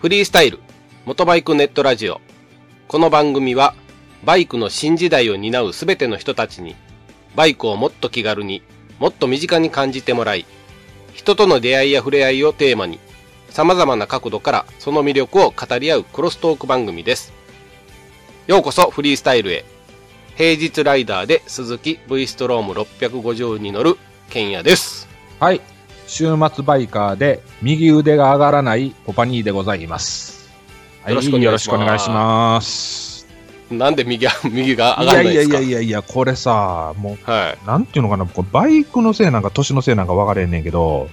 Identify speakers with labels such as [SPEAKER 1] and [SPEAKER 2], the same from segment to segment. [SPEAKER 1] フリースタイル元バイクネットラジオこの番組はバイクの新時代を担うすべての人たちにバイクをもっと気軽にもっと身近に感じてもらい人との出会いや触れ合いをテーマに様々な角度からその魅力を語り合うクロストーク番組ですようこそフリースタイルへ平日ライダーで鈴木 V ストローム650に乗る剣也です
[SPEAKER 2] はい。週末バイカーで右腕が上がらないポパニーでございます。はい
[SPEAKER 1] よろしくお願いします
[SPEAKER 2] よろしくお願いします。
[SPEAKER 1] なんで右が、右が
[SPEAKER 2] い
[SPEAKER 1] 上がらない
[SPEAKER 2] やい
[SPEAKER 1] で
[SPEAKER 2] や
[SPEAKER 1] す
[SPEAKER 2] い
[SPEAKER 1] か
[SPEAKER 2] やいやいや、これさ、も、
[SPEAKER 1] はいう
[SPEAKER 2] なんていうのかな、こうバイクのせいなんか、年のせいなんか分かれへんねんけど、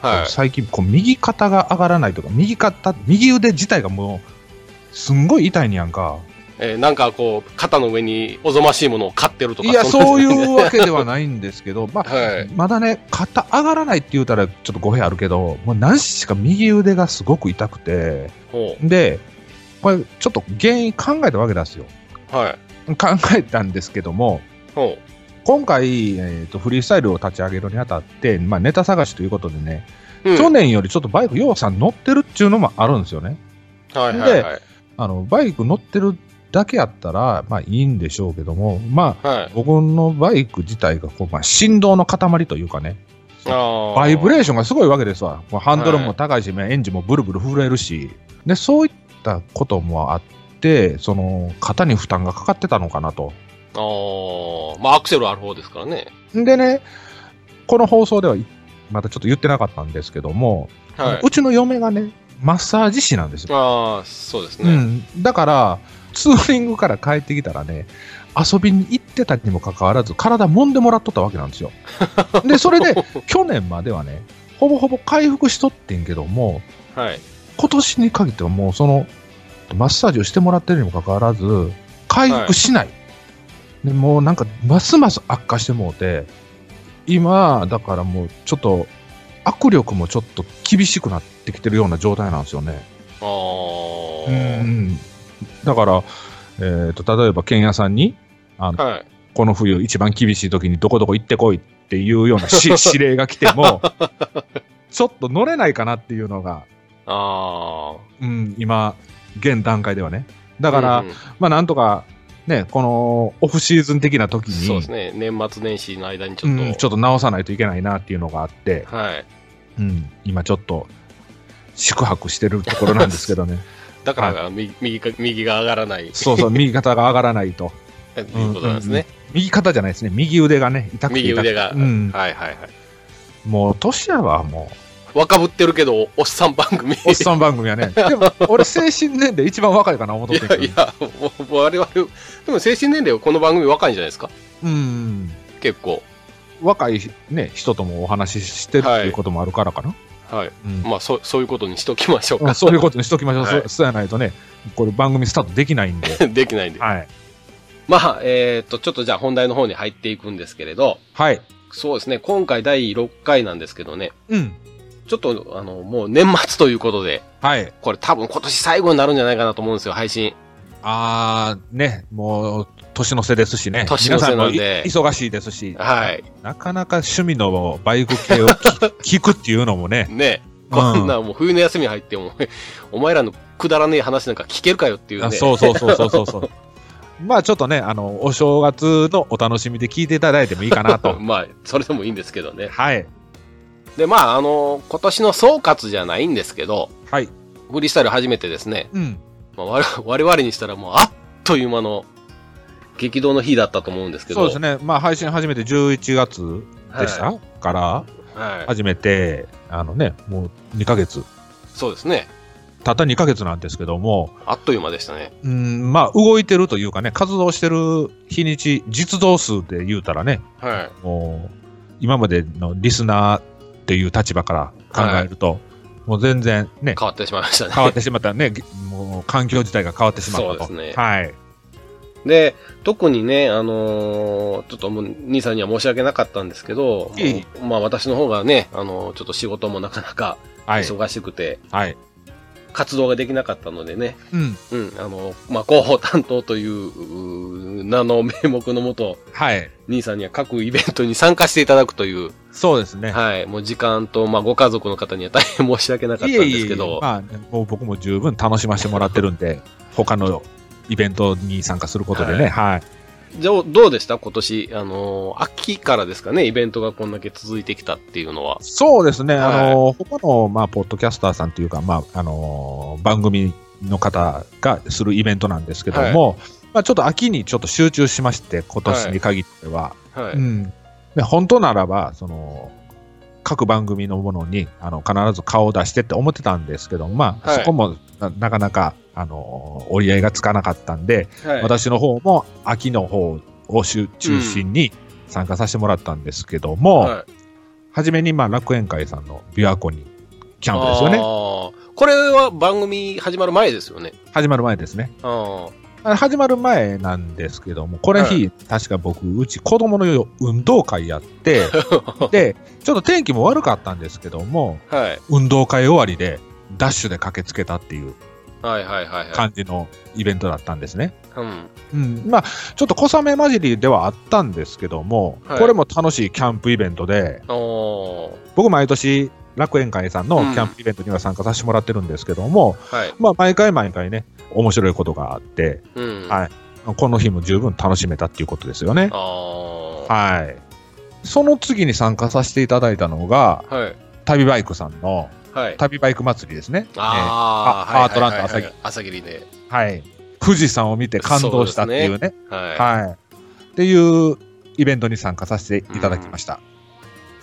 [SPEAKER 1] はい。
[SPEAKER 2] 最近、こう右肩が上がらないとか、右肩、右腕自体がもう、すんごい痛いんやんか。
[SPEAKER 1] えーなんかこう、肩の上におぞましいものを買ってると
[SPEAKER 2] い
[SPEAKER 1] か。
[SPEAKER 2] や、
[SPEAKER 1] んな
[SPEAKER 2] そういうわけではないんですけど、まあ、
[SPEAKER 1] はい
[SPEAKER 2] まだね、肩上がらないって言うたらちょっと語弊あるけど、もう何しか右腕がすごく痛くて、
[SPEAKER 1] ほ
[SPEAKER 2] で、これちょっと原因考えたわけなんですよ。
[SPEAKER 1] う。はい。
[SPEAKER 2] 考えたんですけども、
[SPEAKER 1] ほ
[SPEAKER 2] 今回、えーとフリースタイルを立ち上げるにあたって、まあ、ネタ探しということでね、
[SPEAKER 1] う。うん
[SPEAKER 2] 去年よりちょっとバイク、ようさん乗ってるっていうのもあるんですよね。
[SPEAKER 1] はいはいはい。
[SPEAKER 2] あのバイク乗ってるだけやったら、まあ、いいんでしょうけども、まあ、
[SPEAKER 1] はい。
[SPEAKER 2] 僕のバイク自体がこう、まあ、振動の塊というかね、
[SPEAKER 1] あ
[SPEAKER 2] バイブレ
[SPEAKER 1] ー
[SPEAKER 2] ーションがすごいわけですわ。もうハンドルも高いし、エンジンもブルブル震えるし。で、そういったこともあって、その、肩に負担がかかってたのかなと。
[SPEAKER 1] あーまあ、アクセルある方ですからね。
[SPEAKER 2] でね、この放送ではいまたちょっと言ってなかったんですけども、
[SPEAKER 1] はい。
[SPEAKER 2] うちの嫁がね、マッサージ師なんですよ。
[SPEAKER 1] ああ、そうです
[SPEAKER 2] う
[SPEAKER 1] ね。
[SPEAKER 2] ん。だから、ツーリングから帰ってきたらね、遊びに行ってたにもかかわらず、体揉んでもらっとったわけなんですよ。で、それ で、去年まではね、ほぼほぼ回復しとってんけども、
[SPEAKER 1] はい。
[SPEAKER 2] 今年に限ってはもうそのマッサージをしてもらってるにもかかわらず回復しない、でもうなんかますます悪化してもうて今だからもうちょっと握力もちょっと厳しくなってきてるような状態なんですよね、
[SPEAKER 1] あ
[SPEAKER 2] う
[SPEAKER 1] あ。
[SPEAKER 2] んだから、えー、と例えば剣屋さんにあの
[SPEAKER 1] はい。
[SPEAKER 2] この冬一番厳しい時にどこどこ行ってこいっていうような し指令が来てもちょっと乗れないかなっていうのが
[SPEAKER 1] あ
[SPEAKER 2] うん、今、現段階ではね。
[SPEAKER 1] あ。
[SPEAKER 2] だから、
[SPEAKER 1] うんうん
[SPEAKER 2] まあなんとか、ね、このオフシーズン的な時に、
[SPEAKER 1] そうですね。年末年始の間にち
[SPEAKER 2] う
[SPEAKER 1] ょっ
[SPEAKER 2] ん
[SPEAKER 1] と。
[SPEAKER 2] ちょっと直さないといけないなっていうのがあって、
[SPEAKER 1] はい。
[SPEAKER 2] うん、今ちょっと、宿泊してるところなんですけ どね。
[SPEAKER 1] だから、み右か右が上がらない
[SPEAKER 2] そうそう、右肩が上がらないと。
[SPEAKER 1] ということなんですね。
[SPEAKER 2] 右肩じゃないですね。右腕がね、痛くて痛くて
[SPEAKER 1] 右腕が。
[SPEAKER 2] うん。
[SPEAKER 1] はいはいはい。
[SPEAKER 2] もう、年やわ、も
[SPEAKER 1] 若ぶってるけど、おっさん番組。
[SPEAKER 2] う。おっさん番組 はね。でも、俺、精神年齢一番若いかな、思っ
[SPEAKER 1] い
[SPEAKER 2] とってん
[SPEAKER 1] や
[SPEAKER 2] けど
[SPEAKER 1] いや、もう我々、でも精神年齢はこの番組若いんじゃないですか
[SPEAKER 2] うん。
[SPEAKER 1] 結構。
[SPEAKER 2] 若い、ね、人ともお話ししてるっていうこともあるからかな。
[SPEAKER 1] はい。
[SPEAKER 2] うん
[SPEAKER 1] まあ、そそういうことにしときましょう
[SPEAKER 2] まあ
[SPEAKER 1] か。
[SPEAKER 2] そういうことにしときましょう。
[SPEAKER 1] はい
[SPEAKER 2] そそうやないとね、これ番組スタートできないん で。
[SPEAKER 1] できないんで。
[SPEAKER 2] はい。
[SPEAKER 1] まあ、えーっと、ちょっとじゃあ本題の方に入っていくんですけれど、
[SPEAKER 2] はい。
[SPEAKER 1] そうですね、今回第6回なんですけどね、
[SPEAKER 2] うん。
[SPEAKER 1] ちょっと、あの、もう年末ということで、
[SPEAKER 2] はい。
[SPEAKER 1] これ多分今年最後になるんじゃないかなと思うんですよ、配信。
[SPEAKER 2] あー、ね、もう、年の瀬ですしね。
[SPEAKER 1] 年の瀬なんで
[SPEAKER 2] 皆さんもい忙しいですし。
[SPEAKER 1] はい。
[SPEAKER 2] なかなか趣味のバイク系をき 聞くっていうのもね。
[SPEAKER 1] ね。
[SPEAKER 2] う
[SPEAKER 1] こんなもう冬の休み入っても、 お前らのくだらねえ話なんか聞けるかよっていう
[SPEAKER 2] あ
[SPEAKER 1] ね。
[SPEAKER 2] そうそうそうそうそうそう。 まあちょっとね、あの、お正月のお楽しみで聞いていただいてもいいか なと。
[SPEAKER 1] まあ、それでもいいんですけどね。
[SPEAKER 2] はい。
[SPEAKER 1] で、まあ、あの、今年の総括じゃないんですけど、
[SPEAKER 2] はい。
[SPEAKER 1] フリースタイル初めてですね、
[SPEAKER 2] うん。
[SPEAKER 1] まあ、我我々にしたらもうあっという間の激動の日だったと思うんですけど。
[SPEAKER 2] そうですね。まあ配信初めて11月
[SPEAKER 1] はい。
[SPEAKER 2] でした、から
[SPEAKER 1] はい、
[SPEAKER 2] 始めて、あのね、もう2ヶ月
[SPEAKER 1] そうですね。
[SPEAKER 2] たった2ヶ月なんですけども、
[SPEAKER 1] あっという間でしたね。
[SPEAKER 2] うん、まあ、動いてるというかね、活動してる日にち、実動数で言うたらね、
[SPEAKER 1] はい。
[SPEAKER 2] もう、今までのリスナーっていう立場から考えると、もう全然ね、
[SPEAKER 1] 変わってしまいましたね。
[SPEAKER 2] 変わってしまったね、 ぎもう環境自体が変わってしまったと。
[SPEAKER 1] そうですね
[SPEAKER 2] はい。
[SPEAKER 1] で、特にね、あのーちょっともう、兄さんには申し訳なかったんですけど、
[SPEAKER 2] いえい
[SPEAKER 1] もうまあ私の方がね、あのーちょっと仕事もなかなか
[SPEAKER 2] はい。
[SPEAKER 1] 忙しくて、
[SPEAKER 2] はい。
[SPEAKER 1] 活動ができなかったのでね、
[SPEAKER 2] うん。
[SPEAKER 1] うん、あの、まあ、広報担当といううー名の名目のもと、
[SPEAKER 2] はい。
[SPEAKER 1] 兄さんには各イベントに参加していただくという、
[SPEAKER 2] そうですね。
[SPEAKER 1] はい、もう時間と、まあ、ご家族の方には大変申し訳なかったんですけど、
[SPEAKER 2] まあ、もう僕も十分楽しませてもらってるんで、他のイベントに参加することでね、はい。
[SPEAKER 1] じゃあ、どうでした今年、あの、秋からですかね、イベントがこんだけ続いてきたっていうのは。
[SPEAKER 2] そうですね、
[SPEAKER 1] はい
[SPEAKER 2] あの、他の、まあ、ポッドキャスターさんというか、まあ、あの、番組の方がするイベントなんですけども、まあ、ちょっと秋にちょっと集中しまして、今年に限っては、
[SPEAKER 1] はい。
[SPEAKER 2] うん、で本当ならばその各番組のものにあの必ず顔を出してって思ってたんですけど、まあ
[SPEAKER 1] はい
[SPEAKER 2] そこもななかなか、あのー折り合いがつかなかったんで、
[SPEAKER 1] はい、
[SPEAKER 2] 私の方も秋の方を中中心に参加させてもらったんですけども、
[SPEAKER 1] はい
[SPEAKER 2] 初めにまあ楽園会さんの琵琶湖にキャンプですよ
[SPEAKER 1] あ
[SPEAKER 2] ね
[SPEAKER 1] ーこれは番組始まる前ですよね。
[SPEAKER 2] 始まる前ですね
[SPEAKER 1] あ
[SPEAKER 2] あ始まる前なんですけどもこれ
[SPEAKER 1] は
[SPEAKER 2] 日、確か僕うち子供のよ運動会 やって
[SPEAKER 1] ー
[SPEAKER 2] でちょっと天気も悪かったんですけども、
[SPEAKER 1] はい。
[SPEAKER 2] 運動会終わりで、ダッシュで駆けつけたっていう
[SPEAKER 1] はいはいはいはい。
[SPEAKER 2] 感じのイベントだったんですね。
[SPEAKER 1] うん。
[SPEAKER 2] うん、まあ、ちょっと小雨混じりではあったんですけども、
[SPEAKER 1] はい
[SPEAKER 2] これも楽しいキャンプイベントで、
[SPEAKER 1] おー
[SPEAKER 2] 僕、毎年、楽園会さんのキャンプイベントには参加させてもらってるんですけども、
[SPEAKER 1] はい。
[SPEAKER 2] まあ、毎回毎回ね、面白いことがあって、
[SPEAKER 1] うん。
[SPEAKER 2] はいこの日も十分楽しめたっていうことですよね
[SPEAKER 1] あ。あ。
[SPEAKER 2] はい。その次に参加させていただいたのが、
[SPEAKER 1] はい。
[SPEAKER 2] 旅バイクさんの
[SPEAKER 1] はい。
[SPEAKER 2] 旅バイク祭りですね。えー
[SPEAKER 1] ああ、
[SPEAKER 2] あ
[SPEAKER 1] はい
[SPEAKER 2] アートランド
[SPEAKER 1] はいはいはい
[SPEAKER 2] 朝
[SPEAKER 1] 朝霧で。
[SPEAKER 2] はい、富士山を見て感動したっていうね、
[SPEAKER 1] は
[SPEAKER 2] はい、っていうイベントに参加させていただきました。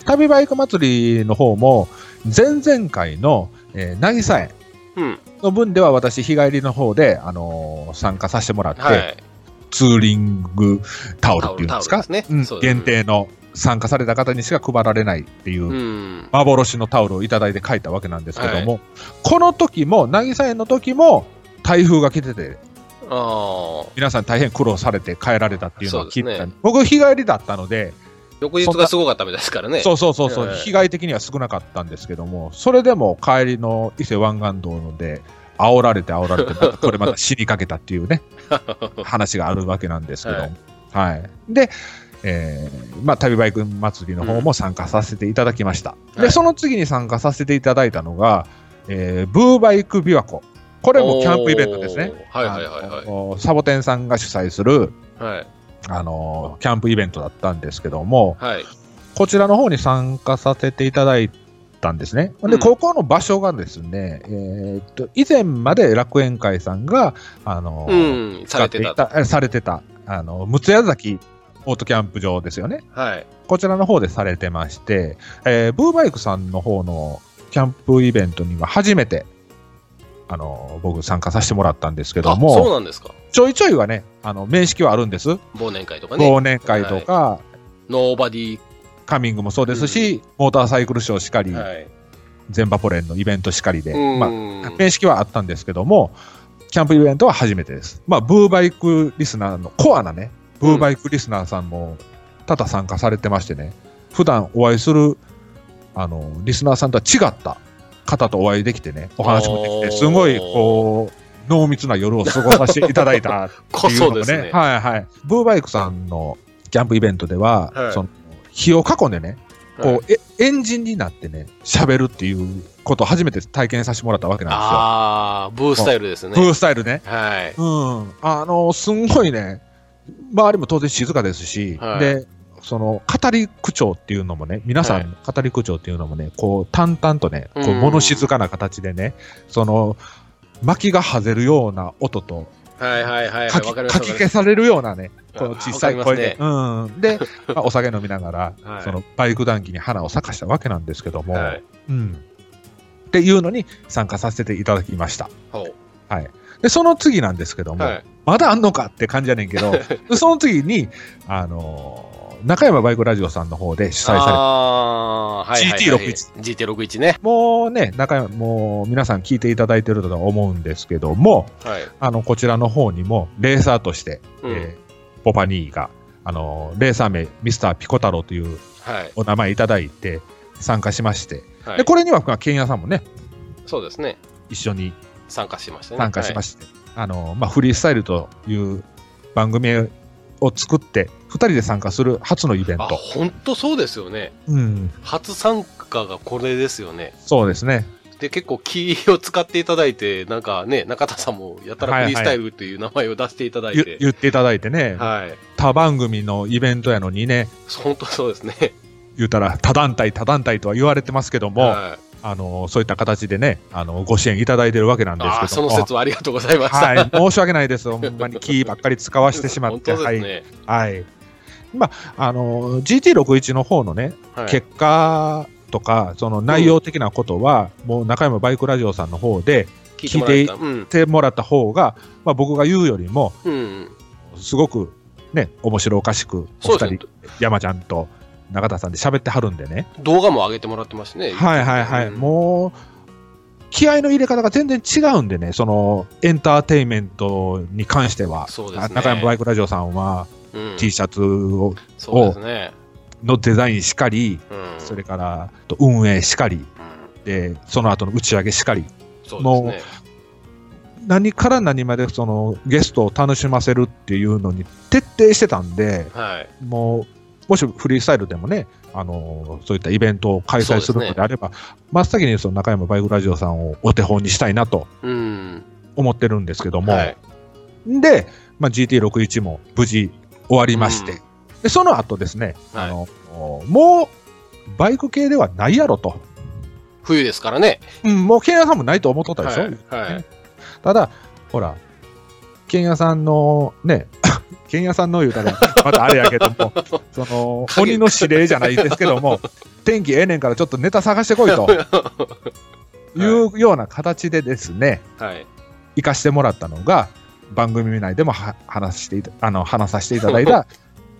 [SPEAKER 2] 旅バイク祭りの方も、前々回の、えー、渚園
[SPEAKER 1] い。うん。
[SPEAKER 2] の分では私、日帰りの方で、あのー参加させてもらって、
[SPEAKER 1] はい。
[SPEAKER 2] ツーリングタオルっていうんです
[SPEAKER 1] タオルで
[SPEAKER 2] か
[SPEAKER 1] すね
[SPEAKER 2] うん
[SPEAKER 1] そうです
[SPEAKER 2] 限定の参加された方にしか配られないっていう、
[SPEAKER 1] うん。
[SPEAKER 2] 幻のタオルをいただいて書いたわけなんですけども、この時も、渚園の時も、台風が来てて、
[SPEAKER 1] ああ。
[SPEAKER 2] 皆さん大変苦労されて帰られたっていうのを聞
[SPEAKER 1] そ
[SPEAKER 2] い
[SPEAKER 1] うで
[SPEAKER 2] た、
[SPEAKER 1] すね
[SPEAKER 2] 僕日帰りだったので、
[SPEAKER 1] 翌日がすごかったみたいですからね。
[SPEAKER 2] そうそうそうそう、
[SPEAKER 1] ええ
[SPEAKER 2] 日帰り的には少なかったんですけどもそれでも帰りの伊勢湾岸道ので煽られて煽られてまたこれまた死にかけたっ ていうね話があるわけなんですけど、
[SPEAKER 1] は
[SPEAKER 2] はいいで、えーまあ、旅バイク祭りの方も参加させていただきました、
[SPEAKER 1] うんは
[SPEAKER 2] で
[SPEAKER 1] い
[SPEAKER 2] その次に参加させていただいたのが、えーブーバイク琵琶湖これもキャンプイベントですね。
[SPEAKER 1] おー。はいはいはい
[SPEAKER 2] あのサボテンさんが主催する
[SPEAKER 1] はい。はい。
[SPEAKER 2] あのキャンプイベントだったんですけども、
[SPEAKER 1] はい。
[SPEAKER 2] こちらの方に参加させていただいたんですね。で、
[SPEAKER 1] うん
[SPEAKER 2] ここの場所がですね、えーっと、以前まで楽園会さんが、あの
[SPEAKER 1] うん。さ
[SPEAKER 2] 使
[SPEAKER 1] れ
[SPEAKER 2] って
[SPEAKER 1] て
[SPEAKER 2] い
[SPEAKER 1] た。
[SPEAKER 2] た、えされてた、あの、六谷崎オートキャンプ場ですよね。
[SPEAKER 1] はい。
[SPEAKER 2] こちらの方でされてまして、えーブーバイクさんの方のキャンプイベントには初めて、あの僕参加させてもらったんですけど
[SPEAKER 1] あ、そう
[SPEAKER 2] も、
[SPEAKER 1] なんですか。
[SPEAKER 2] ちょいちょいはね、あの、面識はあるんです。
[SPEAKER 1] 忘年会とかね。
[SPEAKER 2] 忘年会とか、
[SPEAKER 1] ノーバディ。
[SPEAKER 2] カミングもそうですし、モーターサイクルショーしかり、
[SPEAKER 1] はい。
[SPEAKER 2] ゼンバポレンのイベントしかりで、
[SPEAKER 1] うん。
[SPEAKER 2] まあ、面識はあったんですけども、キャンプイベントは初めてです。まあ、ブーバイクリスナーのコアなね、ブーバイクリスナーさんも多々参加されてましてね、普段お会いするあのリスナーさんとは違った方とお会いできてね、お話もでき
[SPEAKER 1] おー
[SPEAKER 2] て、すごいこう、濃密な夜を過ごさせていただいた
[SPEAKER 1] こ
[SPEAKER 2] っていう
[SPEAKER 1] そ
[SPEAKER 2] のも
[SPEAKER 1] ですね。
[SPEAKER 2] はいはい。ブーバイクさんのキャンプイベントでは、
[SPEAKER 1] はい
[SPEAKER 2] その火を囲んでね、こう、
[SPEAKER 1] はい
[SPEAKER 2] えエンジンになってね、喋るっていうことを初めて体験させてもらったわけなん
[SPEAKER 1] ああ、ブースタイルです
[SPEAKER 2] で
[SPEAKER 1] ね
[SPEAKER 2] すよ。。ブースタイルね。
[SPEAKER 1] はい。
[SPEAKER 2] うん。あの、すんごいね、周りも当然静かですし、
[SPEAKER 1] はい
[SPEAKER 2] で、その語り口調っていうのもね、皆さ
[SPEAKER 1] はい
[SPEAKER 2] んの語り口調っていうのもね、こう淡々とね、こう
[SPEAKER 1] うん
[SPEAKER 2] 物静かな形でね、その薪がはぜるような音と、
[SPEAKER 1] はいはいはいは
[SPEAKER 2] か
[SPEAKER 1] い。
[SPEAKER 2] き
[SPEAKER 1] わかりま
[SPEAKER 2] か
[SPEAKER 1] す。
[SPEAKER 2] き消されるようなね、この
[SPEAKER 1] わかります
[SPEAKER 2] 小さい声で。
[SPEAKER 1] わか
[SPEAKER 2] うん、で、まあ、お酒飲みながら、
[SPEAKER 1] はい
[SPEAKER 2] そのバイク談義に花を咲かしたわけなんですけども、
[SPEAKER 1] はい。
[SPEAKER 2] うん、っていうのに参加させていただきました。
[SPEAKER 1] ほう
[SPEAKER 2] はい、でその次なんですけども、
[SPEAKER 1] はい。
[SPEAKER 2] まだあんのかって感じやねんけ どその次に、あのー中山バイクラジオさんの方で主催されて
[SPEAKER 1] ああー、はいはいはい。
[SPEAKER 2] GT61。
[SPEAKER 1] GT61 ね。
[SPEAKER 2] もうね中山もう皆さん聞いていただいてるとは思うんですけども
[SPEAKER 1] はい。
[SPEAKER 2] あのこちらの方にもレーサーとして、
[SPEAKER 1] うん
[SPEAKER 2] えーポパニーが、あのーレーサー名ミスターピコ太郎という
[SPEAKER 1] はい。
[SPEAKER 2] お名前いただいて参加しまして、
[SPEAKER 1] はい
[SPEAKER 2] でこれにはまあケンヤさんもね
[SPEAKER 1] そうですね。
[SPEAKER 2] 一緒に
[SPEAKER 1] 参加しましたね。
[SPEAKER 2] 参加しまして、あのまあ、フリースタイルという番組を作って、2人で参加する初のイベン
[SPEAKER 1] はいあ、
[SPEAKER 2] ト、
[SPEAKER 1] 本当そうですよね。
[SPEAKER 2] うん、
[SPEAKER 1] 初参加がこれですよね。
[SPEAKER 2] そうですね、
[SPEAKER 1] で、結構気を使っていただいて、なんかね、中田さんもやたらフリースタイルという名前を出していただい
[SPEAKER 2] ゆ
[SPEAKER 1] て。
[SPEAKER 2] 言っていただいてね、
[SPEAKER 1] はい。
[SPEAKER 2] 他番組のイベントやのにね、
[SPEAKER 1] 本当そうですね。
[SPEAKER 2] 言うたら、他団体、他団体とは言われてますけども、
[SPEAKER 1] はい
[SPEAKER 2] あのそういった形でねあの、ご支援いただいてるわけなんです
[SPEAKER 1] ああ、
[SPEAKER 2] け
[SPEAKER 1] そ
[SPEAKER 2] ども。
[SPEAKER 1] の説はありがとうございました。
[SPEAKER 2] はい、申し訳ないです、ほんまにキーばっかり使わせてしまって、
[SPEAKER 1] 本当
[SPEAKER 2] は
[SPEAKER 1] で
[SPEAKER 2] い
[SPEAKER 1] す、ね。
[SPEAKER 2] はい。まあ、あの、GT61 の方のね、
[SPEAKER 1] はい
[SPEAKER 2] 結果とか、その内容的なことは、もう中山バイクラジオさんの方で、
[SPEAKER 1] 聞いてもらった。うん。
[SPEAKER 2] てもらった方が、まあ、僕が言うよりも、
[SPEAKER 1] うん。
[SPEAKER 2] すごくね、面白おかしく、お
[SPEAKER 1] そうで
[SPEAKER 2] 二
[SPEAKER 1] す
[SPEAKER 2] 人
[SPEAKER 1] ね、。
[SPEAKER 2] 山ちゃんと中田さんで喋ってはるんでね。
[SPEAKER 1] 動画も上げてもらってますね。
[SPEAKER 2] はいはいはい。
[SPEAKER 1] うん
[SPEAKER 2] もう、気合の入れ方が全然違うんでね、そのエンターテインメントに関しては、
[SPEAKER 1] そうですね
[SPEAKER 2] 中山バイクラジオさんは
[SPEAKER 1] うん
[SPEAKER 2] T シャツを
[SPEAKER 1] そうですね。
[SPEAKER 2] のデザインしかり、
[SPEAKER 1] うん。
[SPEAKER 2] それからあと運営しかり、
[SPEAKER 1] うん
[SPEAKER 2] でその後の打ち上げしかり、
[SPEAKER 1] そうですね。
[SPEAKER 2] 何から何までそのゲストを楽しませるっていうのに徹底してたんで、
[SPEAKER 1] はい。
[SPEAKER 2] もうもしフリースタイルでもね、あのそういったイベントを開催するのであれば、真っ先にその中山バイクラジオさんをお手本にしたいなと
[SPEAKER 1] うん。
[SPEAKER 2] 思ってるんですけども、
[SPEAKER 1] はい。
[SPEAKER 2] で、まあ、GT61 も無事終わりまして、
[SPEAKER 1] うん
[SPEAKER 2] でその後ですね、
[SPEAKER 1] はい
[SPEAKER 2] あのもうバイク系ではないやろと。
[SPEAKER 1] 冬ですからね。
[SPEAKER 2] うん、もう、ケンヤさんもないと思っとったでしょ、
[SPEAKER 1] はい。はい。
[SPEAKER 2] ただ、ほら、ケンヤさんのね、 ケンヤさんの言うたら、またあれやけども、その、
[SPEAKER 1] 影
[SPEAKER 2] 鬼の指令じゃないですけども、天気ええねんからちょっとネタ探してこいというような形でですね、
[SPEAKER 1] はい。
[SPEAKER 2] 行かしてもらったのが、番組内でもは話していたあの話させていただいた、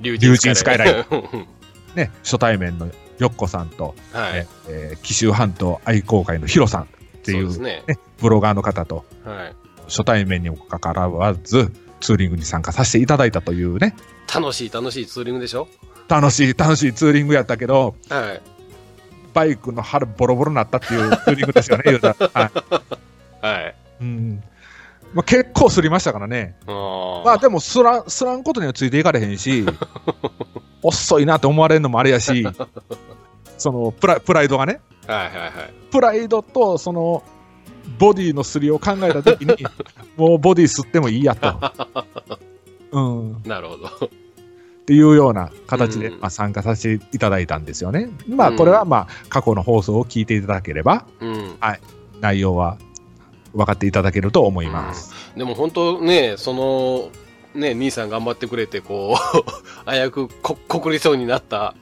[SPEAKER 1] 竜
[SPEAKER 2] 神スカイライン
[SPEAKER 1] ン。うん
[SPEAKER 2] ね、初対面のよっこさんと、
[SPEAKER 1] はい。
[SPEAKER 2] えー紀州半島愛好会のヒロさんってい
[SPEAKER 1] そううですね。
[SPEAKER 2] ブロガーの方と
[SPEAKER 1] はい。
[SPEAKER 2] 初対面にもかかわらずツーリングに参加させていただいたというね
[SPEAKER 1] 楽しい楽しいツーリングでしょ
[SPEAKER 2] 楽しい楽しいツーリングやったけど
[SPEAKER 1] はい。
[SPEAKER 2] バイクの腹ボロボロになったっていうツーリングですよね言うたら、はい
[SPEAKER 1] はい。
[SPEAKER 2] うんまあ、結構すりましたからねま
[SPEAKER 1] ま
[SPEAKER 2] あでもすらすらんことにはついていかれへんし遅いなと思われるのもあれやしそのプラプライドがね
[SPEAKER 1] はいはいはい。
[SPEAKER 2] プライドとそのボディのすりを考えた時にもうボディ吸ってもいいやと。うん、っ
[SPEAKER 1] なるほど。
[SPEAKER 2] ていうような形で、
[SPEAKER 1] うん
[SPEAKER 2] まあ、参加させていただいたんですよね。まあ
[SPEAKER 1] うん
[SPEAKER 2] これはまあ過去の放送を聞いていただければ
[SPEAKER 1] うん。
[SPEAKER 2] 内容は分かっていただけると思います。
[SPEAKER 1] でも本当ね、その、ね、兄さん頑張ってくれて、こう、 危うくこ、こくりそうになった、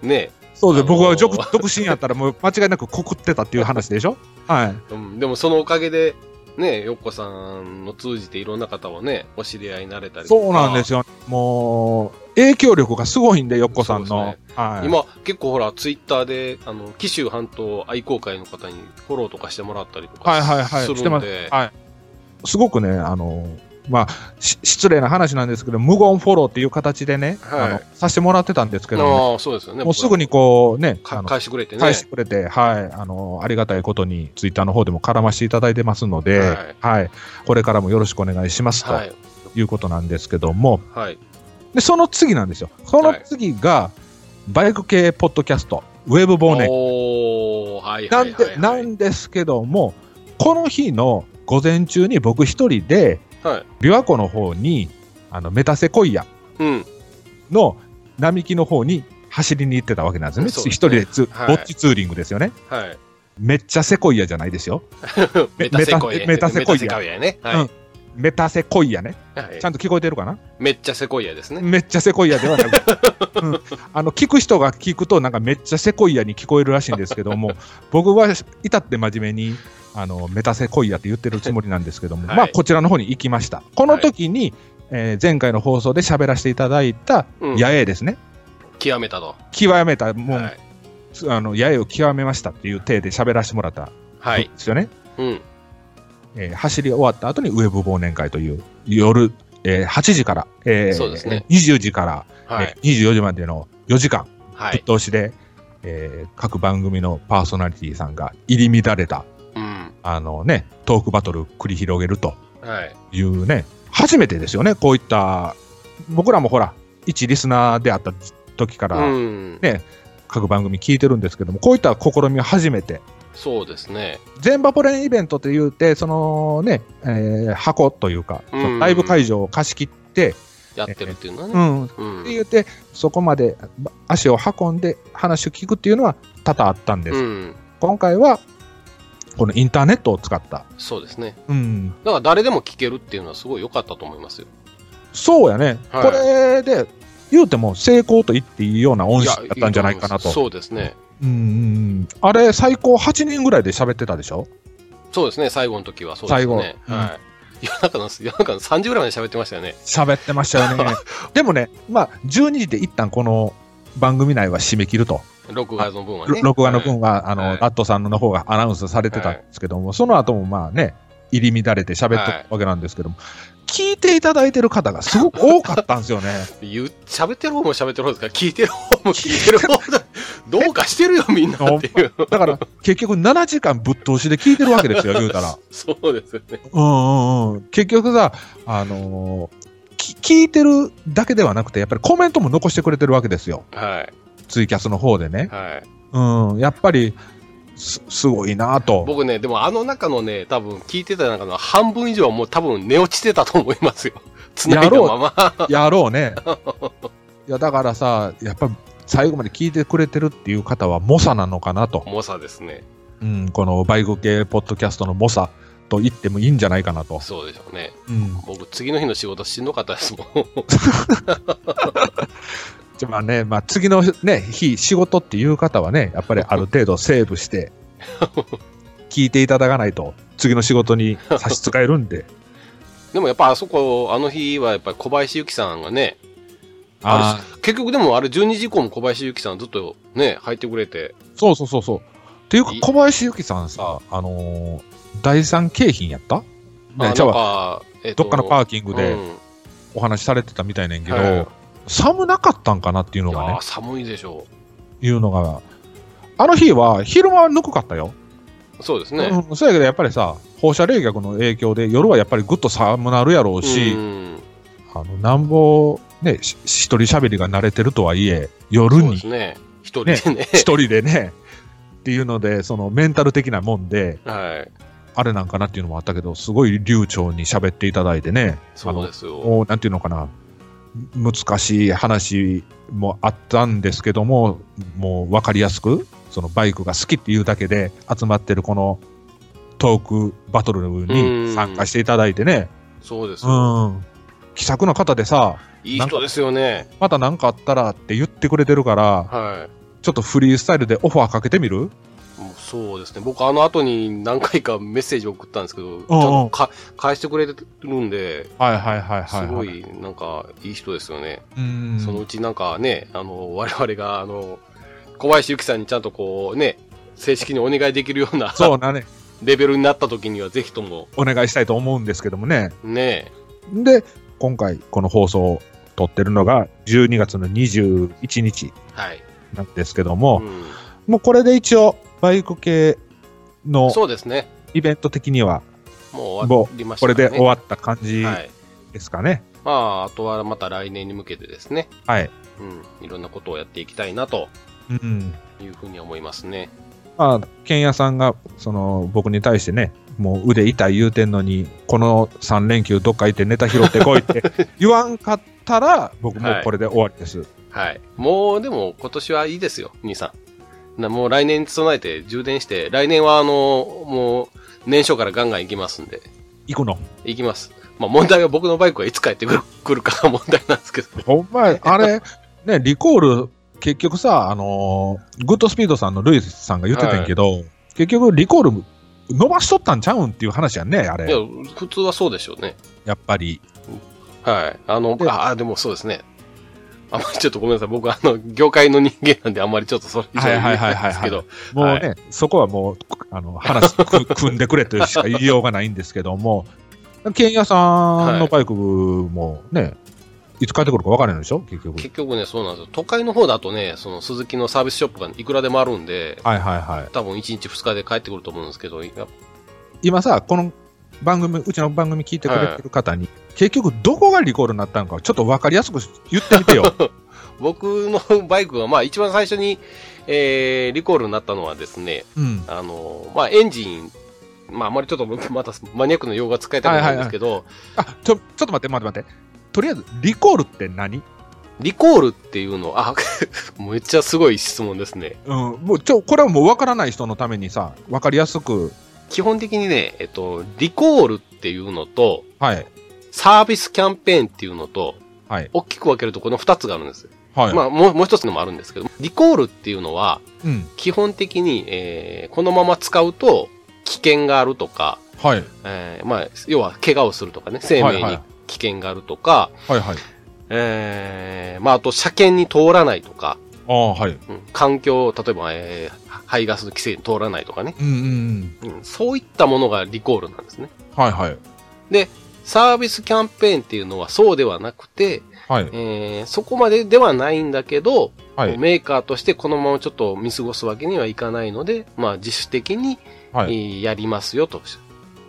[SPEAKER 1] ね、
[SPEAKER 2] そうです、
[SPEAKER 1] あのー
[SPEAKER 2] 僕は独独身やったらもう間違いなく告ってたっていう話 でしょ。はい
[SPEAKER 1] うん、でもそのおかげで、ね、よっこさんの通じていろんな方をね、お知り合いになれたりとか
[SPEAKER 2] そうなんですよ。もう影響力がすごいんで、よっこさん
[SPEAKER 1] そう
[SPEAKER 2] の
[SPEAKER 1] で。
[SPEAKER 2] はい、
[SPEAKER 1] 今、結構ほら、ツイッターで、あの、紀州半島愛好会の方にフォローとかしてもらったりとか
[SPEAKER 2] はいはいはい
[SPEAKER 1] するん
[SPEAKER 2] してます
[SPEAKER 1] で、
[SPEAKER 2] はい、すごくね、あのまあ、し失礼な話なんですけど、無言フォローっていう形でね、
[SPEAKER 1] はい
[SPEAKER 2] あのさせてもらってたんですけどね、
[SPEAKER 1] ああ、そうですよね。
[SPEAKER 2] もうすぐにこうね、
[SPEAKER 1] か
[SPEAKER 2] あの
[SPEAKER 1] 返してくれてね。
[SPEAKER 2] 返してくれて、はいあの、ありがたいことにツイッターの方でも絡ませていただいてますので、
[SPEAKER 1] は
[SPEAKER 2] はいいこれからもよろしくお願いしますと
[SPEAKER 1] はい。
[SPEAKER 2] いうことなんですけども、
[SPEAKER 1] はい。
[SPEAKER 2] でその次なんですよ、その次が、バイク系ポッドキャスト、ウェブ忘年会
[SPEAKER 1] おー、はい
[SPEAKER 2] な
[SPEAKER 1] はい
[SPEAKER 2] ん
[SPEAKER 1] はい、
[SPEAKER 2] で
[SPEAKER 1] は。
[SPEAKER 2] ないんですけども、この日の午前中に僕一人で、
[SPEAKER 1] はい。
[SPEAKER 2] 琵琶湖の方にあのメタセコイア
[SPEAKER 1] うん。
[SPEAKER 2] の並木の方に走りに行ってたわけなんですね、
[SPEAKER 1] そう
[SPEAKER 2] 一
[SPEAKER 1] ですね
[SPEAKER 2] 人でツー、
[SPEAKER 1] はい
[SPEAKER 2] ぼっちツーリングですよね。
[SPEAKER 1] はい。
[SPEAKER 2] めっちゃセコイアじゃないですよ。
[SPEAKER 1] メタセコイア。
[SPEAKER 2] メタセコイ
[SPEAKER 1] メ
[SPEAKER 2] ア
[SPEAKER 1] タセコイアね。はい。
[SPEAKER 2] うんメタセコイアね。
[SPEAKER 1] はい
[SPEAKER 2] ちゃんと聞こえてるかな、
[SPEAKER 1] めっちゃセコイアですね。
[SPEAKER 2] めっちゃセコイア ではなく、うんあの聞く人が聞くと、なんかめっちゃセコイアに聞こえるらしいんですけど も、僕は至って真面目にあのメタセコイアって言ってるつもりなんですけども、
[SPEAKER 1] はい
[SPEAKER 2] まあこちらの方に行きました。この時に、えー前回の放送で喋らせていただいた
[SPEAKER 1] うん。
[SPEAKER 2] 野営ですね。
[SPEAKER 1] 極めたと。
[SPEAKER 2] 極めたもう、
[SPEAKER 1] はい。
[SPEAKER 2] あの八重を極めましたっていう体で喋らせてもらったん
[SPEAKER 1] はい。
[SPEAKER 2] ですよね、
[SPEAKER 1] うん。
[SPEAKER 2] えー走り終わった後にウェブ忘年会という夜、えー8時から、えー
[SPEAKER 1] そうですね
[SPEAKER 2] 20時から、
[SPEAKER 1] は
[SPEAKER 2] え
[SPEAKER 1] い。
[SPEAKER 2] ー24時までの4時間
[SPEAKER 1] は
[SPEAKER 2] ぶっ
[SPEAKER 1] い。
[SPEAKER 2] 通しで、えー各番組のパーソナリティさんが入り乱れた
[SPEAKER 1] うん。
[SPEAKER 2] あのね、トークバトル繰り広げると
[SPEAKER 1] はい。
[SPEAKER 2] いうね、初めてですよね、こういった、僕らもほら、一リスナーであった時から、
[SPEAKER 1] うん。
[SPEAKER 2] ね各番組聞いてるんですけども、こういった試みは初めて。
[SPEAKER 1] そうですね。
[SPEAKER 2] 全バポレンイベントって言うて、そのね、えー箱というか、
[SPEAKER 1] うん
[SPEAKER 2] そのライブ会場を貸し切って、
[SPEAKER 1] やってるっていうのは
[SPEAKER 2] う
[SPEAKER 1] ね。う
[SPEAKER 2] ん、っ
[SPEAKER 1] ん
[SPEAKER 2] て。言って、そこまでば足を運んで話を聞くっていうのは多々あったんです。
[SPEAKER 1] うん。
[SPEAKER 2] 今回は、このインターネットを使った。
[SPEAKER 1] そうですね。
[SPEAKER 2] うん。
[SPEAKER 1] だから誰でも聞けるっていうのはすごい良かったと思いますよ。
[SPEAKER 2] そうやね。
[SPEAKER 1] はい
[SPEAKER 2] これで、言うても成功と言っていいような音
[SPEAKER 1] い
[SPEAKER 2] 質
[SPEAKER 1] や
[SPEAKER 2] だったんじゃないかなと。
[SPEAKER 1] いい思いますそうですね。
[SPEAKER 2] うんうんうん。あれ、最高8人ぐらいで喋ってたでしょ
[SPEAKER 1] そうですね。最後の時はそうですね。
[SPEAKER 2] 最後うん
[SPEAKER 1] はい。夜中の、 夜中の3時ぐらいまで喋ってましたよね。
[SPEAKER 2] 喋ってましたよね。 でもね、まあ、12時で一旦この番組内は締め切ると。
[SPEAKER 1] 録画の分は
[SPEAKER 2] ろ
[SPEAKER 1] ね。
[SPEAKER 2] 録画の分
[SPEAKER 1] は
[SPEAKER 2] は、あの、
[SPEAKER 1] はい
[SPEAKER 2] ラットさんの方がアナウンスされてたんですけども、その後もまあね、入り乱れて喋ってたわけなんですけども、聞いていただいてる方がすごく多かったんですよ ね。
[SPEAKER 1] い。言う喋ってる方も喋ってる方ですから、聞いてる方も聞いてる方だ。どうかしてるよ、みんなって いう。
[SPEAKER 2] だから、結局7時間ぶっ通しで聞いてるわけですよ、言うたら。
[SPEAKER 1] そうですね。
[SPEAKER 2] うんうんうん。結局さ、あのーき聞いてるだけではなくて、やっぱりコメントも残してくれてるわけですよ。
[SPEAKER 1] は
[SPEAKER 2] ツイキャスの方でね
[SPEAKER 1] い。。はい。
[SPEAKER 2] うん、やっぱりすすごいなと。
[SPEAKER 1] 僕ね、でもあの中のね、多分聞いてた中の半分以上はもう多分寝落ちてたと思いますよ。 繋いだまま。
[SPEAKER 2] やろうね。いやだからさ、やっぱり最後まで聞いてくれてるっていう方は猛者なのかなと、
[SPEAKER 1] 重さですね。
[SPEAKER 2] うん、このバイク系ポッドキャストの猛者と言ってもいいんじゃないかなと。
[SPEAKER 1] そうでしょうね。
[SPEAKER 2] うん、
[SPEAKER 1] 僕、次の日の仕事しんどかったですもん。
[SPEAKER 2] じゃあまあね、まあ、次の、ね、日仕事っていう方はね、やっぱりある程度セー ブして、聞いていただかないと、次の仕事に差し支えるんで。
[SPEAKER 1] でもやっぱあそこ、あの日はやっぱり小林由紀さんがね、 あ
[SPEAKER 2] ー
[SPEAKER 1] れ結局でもあれ12時以降も小林由紀さんずっとね、入ってくれて、
[SPEAKER 2] そうそうそうそう。っていうか
[SPEAKER 1] い、
[SPEAKER 2] 小林由紀さんさ、あのー第三京浜やった、ね
[SPEAKER 1] あなん
[SPEAKER 2] じゃあ
[SPEAKER 1] か、え
[SPEAKER 2] どっかのパーキング
[SPEAKER 1] キ
[SPEAKER 2] でお話しされてたみたいねんけど、
[SPEAKER 1] はい
[SPEAKER 2] 寒なかったんかなっていう
[SPEAKER 1] い
[SPEAKER 2] の
[SPEAKER 1] や
[SPEAKER 2] がね
[SPEAKER 1] ー、寒いでしょ
[SPEAKER 2] いうのが、あの日は昼間はぬくかったよ。
[SPEAKER 1] う。そうですね。
[SPEAKER 2] うん、そうやけど、やっぱりさ、放射冷却の影響で、夜はやっぱりぐっと寒なるやろうし、
[SPEAKER 1] うん
[SPEAKER 2] あのなんぼ、ね、し一人喋りが慣れてるとはいえ、夜
[SPEAKER 1] そうで
[SPEAKER 2] に
[SPEAKER 1] すね。一人でね。
[SPEAKER 2] 一人でね、っていうので、そのメンタル的なもんで、
[SPEAKER 1] はい。
[SPEAKER 2] あれなんかなっていうのもあったけど、すごい流暢に喋っていただいてね、あ
[SPEAKER 1] そう
[SPEAKER 2] の
[SPEAKER 1] ですよ。
[SPEAKER 2] おなんていうのかな、難しい話もあったんですけども、もう分かりやすく、そのバイクが好きっていうだけで集まってるこのトークバトル
[SPEAKER 1] うん
[SPEAKER 2] に参加していただいてね、
[SPEAKER 1] そうです
[SPEAKER 2] う
[SPEAKER 1] よ。
[SPEAKER 2] ん、気さくな方でさ、
[SPEAKER 1] いい人ですよね。
[SPEAKER 2] また何かあったらって言ってくれてるから、
[SPEAKER 1] はい。
[SPEAKER 2] ちょっとフリースタイルでオファーかけてみる
[SPEAKER 1] もうそうですね。僕、あの後に何回かメッセージ送ったんですけど、ちゃんとか返してくれてるんで、
[SPEAKER 2] はいはいはいは
[SPEAKER 1] す
[SPEAKER 2] い、
[SPEAKER 1] ご。い、なんか、いい人ですよね。
[SPEAKER 2] うん。
[SPEAKER 1] そのうちなんかね、あの、我々が、あの、小林由紀さんにちゃんとこう、ね、正式にお願いできるような
[SPEAKER 2] そうなね、
[SPEAKER 1] レベルになった時には、ぜひとも、
[SPEAKER 2] お願いしたいと思うんですけどもね。
[SPEAKER 1] ね、
[SPEAKER 2] で、今回この放送を撮ってるのが12月の21日
[SPEAKER 1] はい。
[SPEAKER 2] なんですけども
[SPEAKER 1] う、ん
[SPEAKER 2] もうこれで一応バイク系の
[SPEAKER 1] そうですね。
[SPEAKER 2] イベント的には
[SPEAKER 1] もう終わりまし
[SPEAKER 2] こ
[SPEAKER 1] た
[SPEAKER 2] れ
[SPEAKER 1] から
[SPEAKER 2] で
[SPEAKER 1] ね
[SPEAKER 2] 終わった感じ
[SPEAKER 1] はい。
[SPEAKER 2] ですかね。
[SPEAKER 1] まあ、あとはまた来年に向けてですね、
[SPEAKER 2] はい。
[SPEAKER 1] うん、いろんなことをやっていきたいなと
[SPEAKER 2] うん。
[SPEAKER 1] いうふうに思いますね。
[SPEAKER 2] まあ、ケンヤさんがその僕に対してね、もう腕痛い言うてんのに、この3連休どっか行ってネタ拾ってこいって言わんかったら、僕もうこれで終わりです。
[SPEAKER 1] はい。もう、でも、今年はいいですよ、兄さん。なもう来年に備えて充電して、来年は、あの、もう、年初からガンガン行きますんで、
[SPEAKER 2] 行くの。
[SPEAKER 1] 行きます。まあ、問題は僕のバイクはいつ帰ってくる 来るかが問題なんですけど。
[SPEAKER 2] ほんまや、あれ、ね、リコール、結局さ、あのーグッドスピードさんのルイスさんが言ってたんやけど、結局、リコール伸ばしとったんちゃうんっていう話やんね、あ
[SPEAKER 1] いや
[SPEAKER 2] れ。、
[SPEAKER 1] 普通はそうでしょうね。
[SPEAKER 2] やっぱり。
[SPEAKER 1] はい。あの、
[SPEAKER 2] で
[SPEAKER 1] ああ、でもそうですね。あんまりちょっとごめんなさい。僕、あの、業界の人間なんで、あんまりちょっとそれ以上言えないんですけど。
[SPEAKER 2] もうね、そこはもう、あの、話く 組んでくれというしか言いようがないんですけども、ケンヤさんのバイクもね、い、つ帰ってくるか分からないでしょ、結局。
[SPEAKER 1] 結局ね、そうなんですよ。都会の方だとね、その、鈴木のサービスショップがいくらでもあるんで、
[SPEAKER 2] はいはいはい。
[SPEAKER 1] 多分1日2日で帰ってくると思うんですけど、や
[SPEAKER 2] 今さ、この番組、うちの番組聞いてくれてる方に、結局どこがリコールになったのか、ちょっと分かりやすく言ってみてよ。
[SPEAKER 1] 僕の バイクは、まあ、一番最初に、えー、リコールになったのはですね、
[SPEAKER 2] うん。
[SPEAKER 1] あの、まあ、エンジン、まあ、あまりちょっと僕、またマニアックな用語は使いたくないんですけど、
[SPEAKER 2] あ、ちょ、ちょっと待って、待って待って。とりあえず、リコールって何
[SPEAKER 1] リコールっていうのは、あ、 めっちゃすごい質問ですね。
[SPEAKER 2] うん。もう、ちょ、これはもう分からない人のためにさ、分かりやすく、
[SPEAKER 1] 基本的にね、えっと、リコールっていうのと、
[SPEAKER 2] はい。
[SPEAKER 1] サービスキャンペーンっていうのと、
[SPEAKER 2] はい。
[SPEAKER 1] 大きく分けるとこの2つがあるんです。
[SPEAKER 2] はい。
[SPEAKER 1] まあ、もう、もう一つのもあるんですけど、リコールっていうのは、
[SPEAKER 2] うん。
[SPEAKER 1] 基本的に、えーこのまま使うと危険があるとか、
[SPEAKER 2] はい。
[SPEAKER 1] えーまあ、要は怪我をするとかね、生命
[SPEAKER 2] はいは
[SPEAKER 1] に
[SPEAKER 2] い
[SPEAKER 1] 危険があるとか、
[SPEAKER 2] はいはい。
[SPEAKER 1] えーまあ、あと車検に通らないとか、
[SPEAKER 2] ああ、はい。
[SPEAKER 1] うん環境、例えば、えー排ガスの規制に通らないとかね、
[SPEAKER 2] うんうんうん。
[SPEAKER 1] うんそういったものがリコールなんですね。
[SPEAKER 2] はいはい。
[SPEAKER 1] サービスキャンペーンっていうのはそうではなくて、
[SPEAKER 2] はい。
[SPEAKER 1] えーそこまでではないんだけど、
[SPEAKER 2] はい。
[SPEAKER 1] メーカーとしてこのままちょっと見過ごすわけにはいかないので、まあ自主的に
[SPEAKER 2] は
[SPEAKER 1] え
[SPEAKER 2] い。
[SPEAKER 1] ーやりますよと。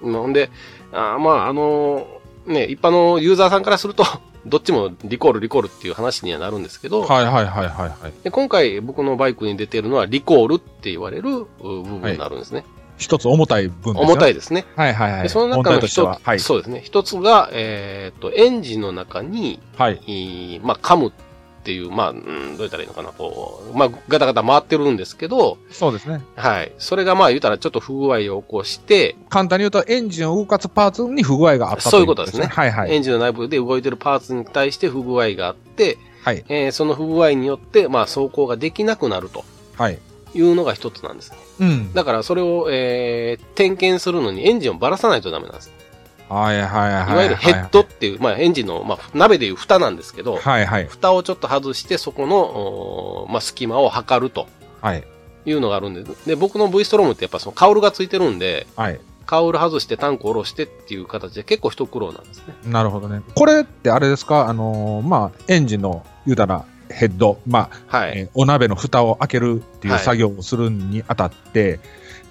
[SPEAKER 1] ほんで、あーまあ、あのーね、一般のユーザーさんからすると、 どっちもリコール、リコールっていう話にはなるんですけど、
[SPEAKER 2] はいはいはいはいはい。
[SPEAKER 1] で今回僕のバイクに出てるのはリコールって言われるう部分になるんですね。
[SPEAKER 2] 一つ重たい分ですよね。
[SPEAKER 1] 重たいですね。
[SPEAKER 2] はいはいは
[SPEAKER 1] で
[SPEAKER 2] い。
[SPEAKER 1] その中
[SPEAKER 2] 問題
[SPEAKER 1] の
[SPEAKER 2] として
[SPEAKER 1] 一
[SPEAKER 2] は
[SPEAKER 1] つ、
[SPEAKER 2] はい。
[SPEAKER 1] そうですね。一つが、えーっと、エンジンの中に、
[SPEAKER 2] はい。
[SPEAKER 1] えーまあ、カムっていう、まあ、うんどうやったらいいのかな、こう、まあ、ガタガタ回ってるんですけど、
[SPEAKER 2] そうですね。
[SPEAKER 1] はい。それがまあ、言うたらちょっと不具合を起こして、
[SPEAKER 2] 簡単に言うと、エンジンを動かすパーツに不具合があった
[SPEAKER 1] そういうことですね
[SPEAKER 2] はいはい。
[SPEAKER 1] エンジンの内部で動いてるパーツに対して不具合があって、
[SPEAKER 2] はい。
[SPEAKER 1] えーその不具合によって、まあ、走行ができなくなると
[SPEAKER 2] はい。
[SPEAKER 1] いうのが一つなんですね。
[SPEAKER 2] うん。
[SPEAKER 1] だから、それを、えー点検するのにエンジンをばらさないとダメなんです。
[SPEAKER 2] はいはいはい。
[SPEAKER 1] いわゆるヘッドっていう、まあ、エンジンの、まあ、鍋でいう蓋なんですけど、
[SPEAKER 2] はいはい。
[SPEAKER 1] 蓋をちょっと外して、そこの、おーまあ、隙間を測ると
[SPEAKER 2] はい。
[SPEAKER 1] いうのがあるんで、で、僕の V ストロームってやっぱそのカウルがついてるんで、
[SPEAKER 2] はい。
[SPEAKER 1] カウル外してタンクを下ろしてっていう形で結構一苦労なんですね。
[SPEAKER 2] なるほどね。これってあれですか、あのーまあ、エンジンの、言うたら、ヘッド、まあ、
[SPEAKER 1] はい。
[SPEAKER 2] えーお鍋の蓋を開けるっていう
[SPEAKER 1] はい
[SPEAKER 2] 作業をするにあたって、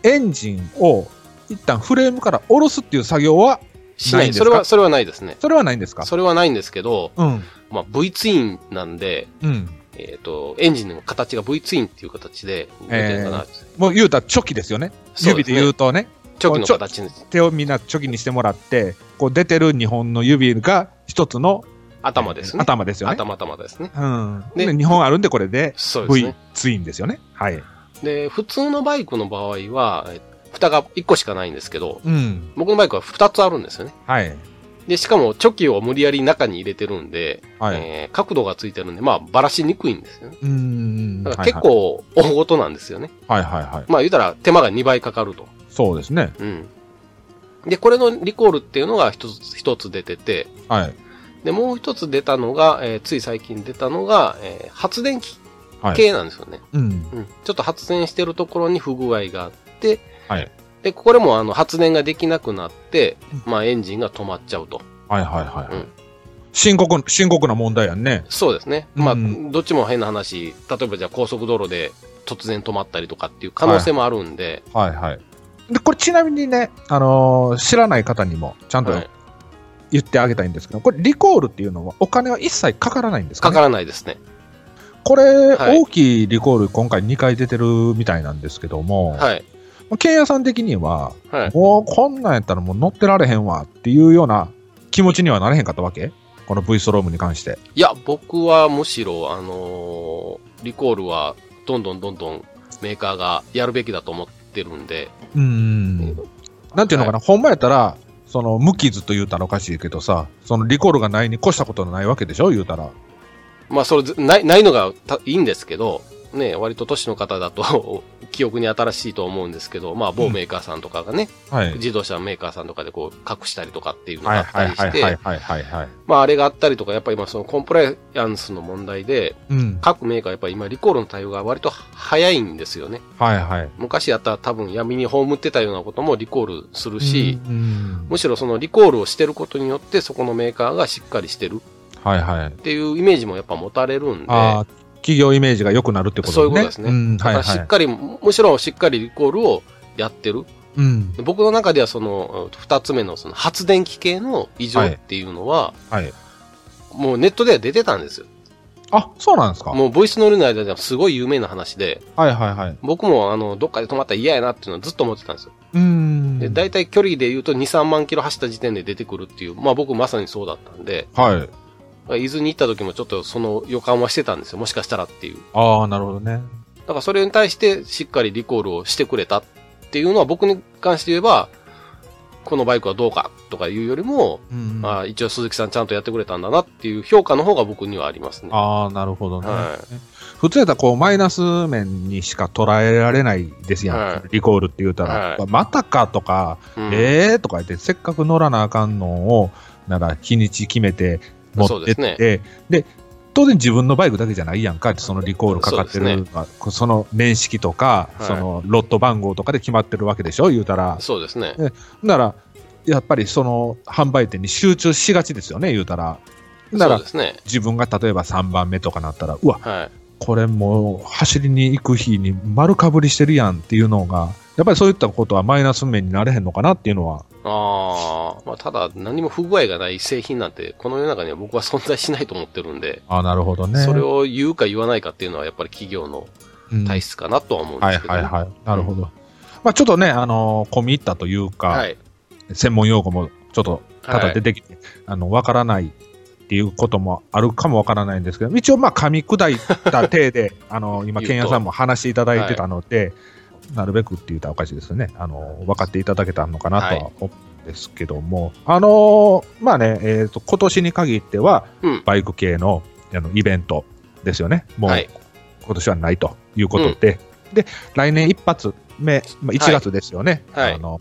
[SPEAKER 2] エンジンを一旦フレームから下ろすっていう作業は、
[SPEAKER 1] しな
[SPEAKER 2] ない
[SPEAKER 1] い。
[SPEAKER 2] んです
[SPEAKER 1] そ
[SPEAKER 2] か
[SPEAKER 1] れは、それはないですね。
[SPEAKER 2] それはないんですか
[SPEAKER 1] それはないんですけど、
[SPEAKER 2] うん。
[SPEAKER 1] まあ、V ツインなんで、
[SPEAKER 2] うん。
[SPEAKER 1] えっ、と、エンジンの形が V ツインっていう形で、
[SPEAKER 2] え
[SPEAKER 1] 出
[SPEAKER 2] ー
[SPEAKER 1] てるかな
[SPEAKER 2] もう言うたらチョキですよね。
[SPEAKER 1] そう
[SPEAKER 2] 指
[SPEAKER 1] です
[SPEAKER 2] で
[SPEAKER 1] ね
[SPEAKER 2] 言うとね、
[SPEAKER 1] チョキの形に
[SPEAKER 2] 手をみんなチョキにしてもらって、こう出てる2本の指が一つの
[SPEAKER 1] 頭ですね。
[SPEAKER 2] 頭ですよね。
[SPEAKER 1] 頭頭ですね。
[SPEAKER 2] うん。
[SPEAKER 1] で
[SPEAKER 2] で、2本あるんで、これで
[SPEAKER 1] そうです
[SPEAKER 2] V
[SPEAKER 1] ね。
[SPEAKER 2] ツインですよね。はい。
[SPEAKER 1] で、普通のバイクの場合は、え蓋が1個しかないんですけど、
[SPEAKER 2] うん。
[SPEAKER 1] 僕のバイクは2つあるんですよね。
[SPEAKER 2] はい。
[SPEAKER 1] で、しかもチョキを無理やり中に入れてるんで、
[SPEAKER 2] はい。
[SPEAKER 1] えー角度がついてるんで、まあ、ばらしにくいんですよね。
[SPEAKER 2] うーん。
[SPEAKER 1] だから結構大ごとなんですよね。
[SPEAKER 2] はいはい。はいはいはい。
[SPEAKER 1] まあ言うたら手間が2倍かかると。
[SPEAKER 2] そうですね。
[SPEAKER 1] うん。で、これのリコールっていうのが一つ、一つ出てて、
[SPEAKER 2] はい。
[SPEAKER 1] で、もう一つ出たのが、えーつい最近出たのが、えー発電機
[SPEAKER 2] はい。
[SPEAKER 1] 系なんですよね、
[SPEAKER 2] うん。
[SPEAKER 1] うん。ちょっと発電してるところに不具合があって、
[SPEAKER 2] はい。
[SPEAKER 1] で、これもあの発電ができなくなって、まあエンジンが止まっちゃうと。
[SPEAKER 2] はいはいは
[SPEAKER 1] う
[SPEAKER 2] い
[SPEAKER 1] ん。
[SPEAKER 2] 深刻、深刻な問題やんね。
[SPEAKER 1] そうですね。まあ、
[SPEAKER 2] うん
[SPEAKER 1] どっちも変な話、例えばじゃあ高速道路で突然止まったりとかっていう可能性もあるんで、
[SPEAKER 2] はいはい。で、これちなみにね、あのー知らない方にもちゃんと
[SPEAKER 1] はい
[SPEAKER 2] 言ってあげたいんですけど、これリコールっていうのはお金は一切かからないんですか
[SPEAKER 1] か
[SPEAKER 2] ね
[SPEAKER 1] からないですね。
[SPEAKER 2] これ、
[SPEAKER 1] はい
[SPEAKER 2] 大きいリコール、今回2回出てるみたいなんですけども、
[SPEAKER 1] はい。
[SPEAKER 2] ケンヤさん的には、
[SPEAKER 1] はい。
[SPEAKER 2] もうこんなんやったらもう乗ってられへんわっていうような気持ちにはなれへんかったわけこの V ストロームに関して。
[SPEAKER 1] いや、僕はむしろ、あのーリコールはどんどんどんどんメーカーがやるべきだと思ってるんで、
[SPEAKER 2] うーん。なんていうのかな、ほんまやったら、その無傷と言うたらおかしいけどさ、そのリコールがないに越したことないわけでしょ言うたら。
[SPEAKER 1] まあ、それず、ない、ないのがたいいんですけど、ね、割と都市の方だと 記憶に新しいと思うんですけど、まあ、某メーカーさんとかがね、
[SPEAKER 2] はい。
[SPEAKER 1] 自動車メーカーさんとかでこう隠したりとかっていうのが
[SPEAKER 2] は
[SPEAKER 1] あ
[SPEAKER 2] い
[SPEAKER 1] った
[SPEAKER 2] はい
[SPEAKER 1] り
[SPEAKER 2] はい
[SPEAKER 1] し
[SPEAKER 2] は
[SPEAKER 1] て、
[SPEAKER 2] いはいはいはい。
[SPEAKER 1] まあ、あれがあったりとか、やっぱり今そのコンプライアンスの問題で、
[SPEAKER 2] うん。
[SPEAKER 1] 各メーカーやっぱり今リコールの対応が割と早いんですよね。
[SPEAKER 2] はいはい。
[SPEAKER 1] 昔やったら多分闇に葬ってたようなこともリコールするし、
[SPEAKER 2] うん
[SPEAKER 1] むしろそのリコールをしてることによって、そこのメーカーがしっかりしてる
[SPEAKER 2] はいはい。
[SPEAKER 1] っていうイメージもやっぱ持たれるんで、
[SPEAKER 2] ああ、企業イメージが良くなるってことね。
[SPEAKER 1] そういうことですね
[SPEAKER 2] ん、は
[SPEAKER 1] だ
[SPEAKER 2] い
[SPEAKER 1] から
[SPEAKER 2] は
[SPEAKER 1] し
[SPEAKER 2] い。
[SPEAKER 1] っかり、むしろしっかりリコールをやってる。
[SPEAKER 2] うん。
[SPEAKER 1] 僕の中ではその2つ目のその発電機系の異常っていうのは、
[SPEAKER 2] はい。
[SPEAKER 1] もうネットでは出てたんですよ。
[SPEAKER 2] あ、そうなんですか。はい
[SPEAKER 1] もうボイスノールの間ではすごい有名な話で、
[SPEAKER 2] はいはい。
[SPEAKER 1] 僕もあのどっかで止まったら嫌やなっていうのはずっと思ってたんですよ。
[SPEAKER 2] うーん。
[SPEAKER 1] で、大体距離で言うと2、3万キロ走った時点で出てくるっていう、まあ僕まさにそうだったんで、
[SPEAKER 2] はい。
[SPEAKER 1] 伊豆に行った時もちょっとその予感はしてたんですよ。もしかしたらっていう。
[SPEAKER 2] ああ、なるほどね。
[SPEAKER 1] だからそれに対してしっかりリコールをしてくれたっていうのは僕に関して言えば、このバイクはどうかとかいうよりも、
[SPEAKER 2] うん。
[SPEAKER 1] あー一応鈴木さんちゃんとやってくれたんだなっていう評価の方が僕にはありますね。
[SPEAKER 2] ああ、なるほどね。
[SPEAKER 1] は
[SPEAKER 2] 普通やったらこうマイナス面にしか捉えられないですやん、
[SPEAKER 1] はい
[SPEAKER 2] リコールって言うたら、
[SPEAKER 1] はい
[SPEAKER 2] またかとか、
[SPEAKER 1] うん
[SPEAKER 2] えーとか言って、せっかく乗らなあかんのを、なら日にち決めて持ってって、
[SPEAKER 1] そうで
[SPEAKER 2] で当然自分のバイクだけじゃないやんか、そのリコールかかって
[SPEAKER 1] そう
[SPEAKER 2] る、まあこその面識とか、
[SPEAKER 1] はい
[SPEAKER 2] そのロット番号とかで決まってるわけでしょ、言うたら。
[SPEAKER 1] そうですね。
[SPEAKER 2] なら、やっぱりその販売店に集中しがちですよね、言うたら。な
[SPEAKER 1] そう
[SPEAKER 2] ら
[SPEAKER 1] ですね。
[SPEAKER 2] 自分が例えば3番目とかなったら、うわ、
[SPEAKER 1] はい。
[SPEAKER 2] これもう走りに行く日に丸かぶりしてるやんっていうのが、やっぱりそういったことはマイナス面になれへんのかなっていうのは、
[SPEAKER 1] ああ、まあただ何も不具合がない製品なんてこの世の中には僕は存在しないと思ってるんで、
[SPEAKER 2] あなるほどね。
[SPEAKER 1] それを言うか言わないかっていうのはやっぱり企業の
[SPEAKER 2] うん、
[SPEAKER 1] 体質かなとは思うん
[SPEAKER 2] は
[SPEAKER 1] で
[SPEAKER 2] い
[SPEAKER 1] すけど、
[SPEAKER 2] はいはい。なるほど。まあちょっとね、あのー込み入ったというか、
[SPEAKER 1] はい。
[SPEAKER 2] 専門用語もちょっとただ出てきて、あの、わからないっていうこともあるかもわからないんですけど、一応まあ噛み砕いた体で、 あの、今、
[SPEAKER 1] 言うと
[SPEAKER 2] ケンヤさんも話していただいてたので、なるべくって言ったらおかしいですね。あの、分かっていただけたのかなとは思うんですけども、あのーまあね、えっ、と、今年に限っては、
[SPEAKER 1] うん
[SPEAKER 2] バイク系のあのイベントですよね。もう、
[SPEAKER 1] はい
[SPEAKER 2] 今年はないということで、で、来年一発目、まあ、1月ですよね。
[SPEAKER 1] はい
[SPEAKER 2] あの、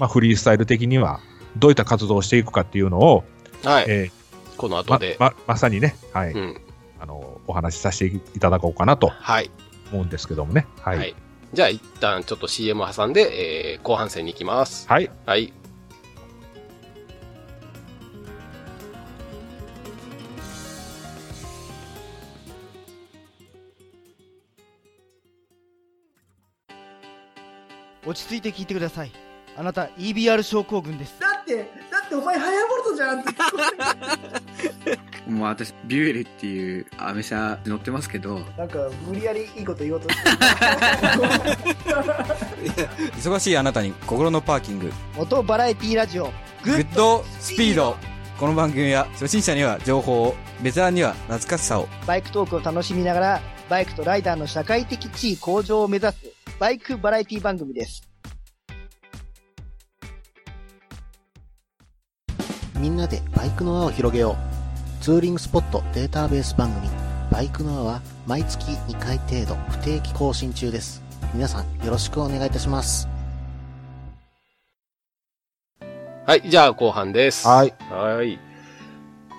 [SPEAKER 2] まあ、フリースタイル的には、どういった活動をしていくかっていうのを、
[SPEAKER 1] はい。
[SPEAKER 2] え
[SPEAKER 1] この
[SPEAKER 2] ーま
[SPEAKER 1] 後で。
[SPEAKER 2] ままさにね、はい
[SPEAKER 1] うん。
[SPEAKER 2] あのお話しさせていただこうかなと
[SPEAKER 1] はい。
[SPEAKER 2] 思うんですけどもね。はい、
[SPEAKER 1] はいじゃあ一旦ちょっと CM 挟んで、えー後半戦に行きます。
[SPEAKER 2] はい
[SPEAKER 1] はい。
[SPEAKER 3] 落ち着いて聞いてくださいあなた EBR 症候群です
[SPEAKER 4] だって、だってお前ハヤボルトじゃんって。
[SPEAKER 5] もう私、ビュエルっていうアメ車乗ってますけど、
[SPEAKER 4] なんか、無理やりいいこと言おうと。
[SPEAKER 6] 忙しいあなたに心のパーキング
[SPEAKER 3] 元バラエティラジオグ
[SPEAKER 6] グ
[SPEAKER 3] ッ
[SPEAKER 6] ッドスピードこの番組は初心者には情報をベテランには懐かしさを
[SPEAKER 3] バイクトークを楽しみながらバイクとライダーの社会的地位向上を目指すバイクバラエティ番組です
[SPEAKER 7] みんなでバイクの輪を広げようツーリングスポットデータベース番組「バイクの輪」は毎月2回程度不定期更新中です皆さんよろしくお願いいたします
[SPEAKER 1] はい。じゃあ後半です。
[SPEAKER 2] はい。
[SPEAKER 1] はい。